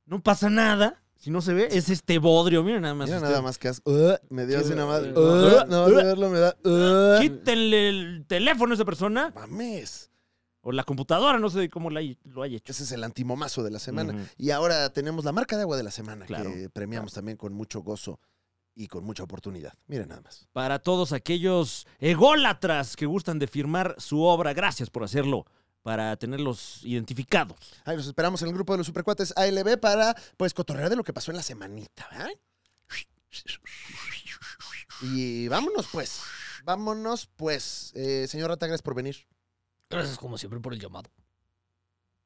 B: no pasa nada. Si no se ve, es este bodrio. Miren nada más. este.
A: Mira
B: usted.
A: nada más que haces. "Ugh", me dio
C: Qué
A: así nada más.
C: horror.
A: "Ugh", nada más de verlo me da. "Ugh".
B: Quítenle el teléfono a esa persona
A: Mames.
B: o la computadora, no sé cómo la hay- lo haya hecho.
A: Ese es el antimomazo de la semana.
B: Ujú.
A: Y ahora tenemos la marca de agua de la semana
B: Claro.
A: que premiamos también con mucho gozo y con mucha oportunidad. Mira nada más.
B: Para todos aquellos ególatras que gustan de firmar su obra, gracias por hacerlo para tenerlos identificados.
A: Ahí los esperamos en el grupo de los supercuates ALB para pues cotorrear de lo que pasó en la semanita, ¿verdad? Y vámonos pues. Vámonos pues. Eh, señor Rata, gracias por venir.
D: Gracias como siempre por el llamado.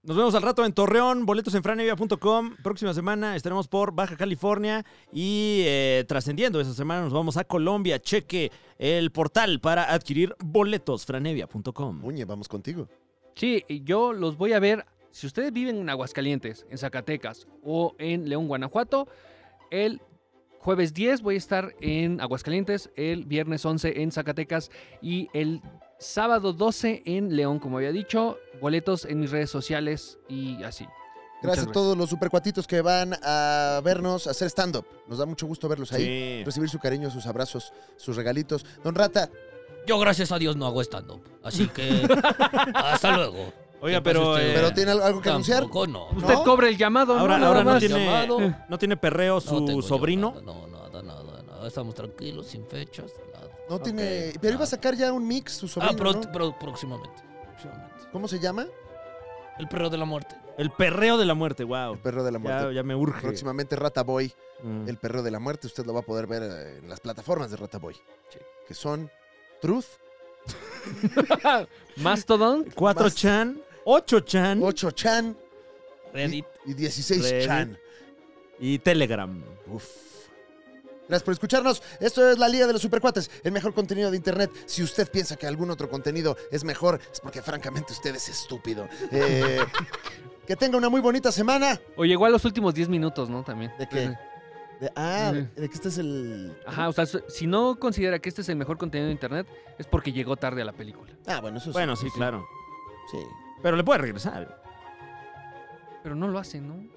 B: Nos vemos al rato en Torreón, boletos en franevia.com. Próxima semana estaremos por Baja California y eh, trascendiendo esa semana nos vamos a Colombia. Cheque el portal para adquirir boletos, franevia.com.
A: Muñe, vamos contigo.
C: Sí, y yo los voy a ver. Si ustedes viven en Aguascalientes, en Zacatecas o en León, Guanajuato, el jueves 10 voy a estar en Aguascalientes, el viernes 11 en Zacatecas y el sábado 12 en León, como había dicho. Boletos en mis redes sociales y así.
A: Gracias
C: Muchas
A: a todos los supercuatitos que van a vernos a hacer stand-up. Nos da mucho gusto verlos ahí.
B: Sí.
A: Recibir su cariño, sus abrazos, sus regalitos. Don Rata,
D: Yo, gracias a Dios, no hago stand-up. Así que. hasta luego.
B: Oiga,
D: ¿Qué pasa
B: pero,
D: usted?
B: eh,
A: este, ¿pero tiene algo, algo que anunciar?
D: Tampoco, no.
C: Usted
A: ¿No?
C: cobra el llamado,
B: ahora,
C: ¿no? Nada
B: ahora no,
C: más.
B: tiene, eh,
D: Llamado.
B: no tiene perreo
D: No
B: su
D: tengo yo
B: sobrino.
D: nada, no, nada, nada, nada. Estamos tranquilos, sin fechas, nada.
A: No tiene. Pero iba a
D: nada.
A: sacar ya un mix, su sobrino.
D: ah, pero,
A: ¿no?
D: pero próximamente. próximamente.
A: ¿Cómo se llama?
D: El perro de la muerte.
B: El perreo de la muerte, wow.
A: El perro de la
B: Ya,
A: muerte.
B: ya me urge.
A: Próximamente Rata Boy,
B: Mm.
A: el perro de la muerte. Usted lo va a poder ver eh, en las plataformas de Rata Boy.
D: Sí.
A: Que son Truth,
C: Mastodon.
B: 4 chan, 8 chan
A: 8 Chan y,
D: Reddit.
A: y 16
B: Mm. Reddit.
A: Chan.
B: y Telegram.
A: Uf. Gracias por escucharnos. Esto es la Liga de los Supercuates, el mejor contenido de Internet. Si usted piensa que algún otro contenido es mejor, es porque francamente usted es estúpido. Eh, que tenga una muy bonita semana.
C: O llegó a los últimos 10 minutos, ¿no? También.
A: ¿De qué? De- ah,
C: Sí.
A: de que este es el...
C: Ajá, o sea, si no considera que este es el mejor contenido de internet, es porque llegó tarde a la película.
A: Ah, bueno, eso sí.
B: Bueno, sí, claro.
A: Sí.
B: Pero le puede regresar.
C: Pero no lo hacen, ¿no?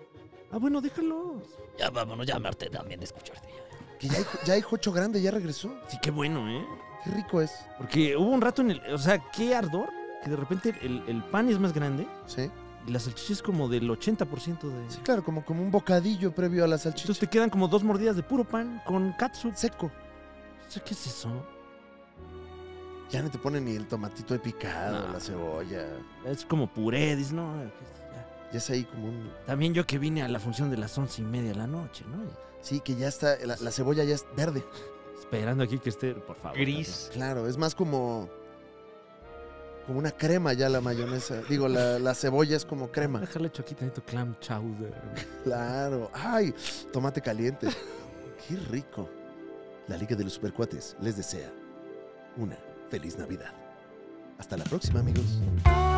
B: Ah, bueno, déjalo.
D: Ya vámonos, ya me harté también de escucharte. ya.
A: Que ya hay, ya hay Jocho Grande, ya regresó.
B: Sí, qué bueno, ¿eh?
A: Qué rico es.
B: Porque hubo un rato en el. O sea, qué ardor que de repente el, el pan es más grande
A: Sí.
B: y la salchicha es como del 80% de.
A: Sí, claro, como, como un bocadillo previo a la salchicha.
B: Entonces te quedan como dos mordidas de puro pan con katsu.
A: Seco.
B: ¿Qué es eso?
A: Ya no te ponen ni el tomatito de picado,
B: No.
A: la cebolla.
B: Es como puré, dices, no. ¿qué es esto?
A: Ya es ahí como un...
B: También yo que vine a la función de las once y media de la noche, ¿no?
A: Sí, que ya está, la- la cebolla ya es verde.
B: Esperando aquí que esté, por favor.
C: Gris.
B: Pues,
A: Claro, es más como. Como una crema ya la mayonesa. Digo, la, la cebolla es como
B: también.
A: crema.
B: Déjale choquitadito clam chowder.
A: Claro. ¡Ay! Tomate caliente. ¡Qué rico! La Liga de los Supercuates les desea una feliz Navidad. Hasta la próxima, amigos.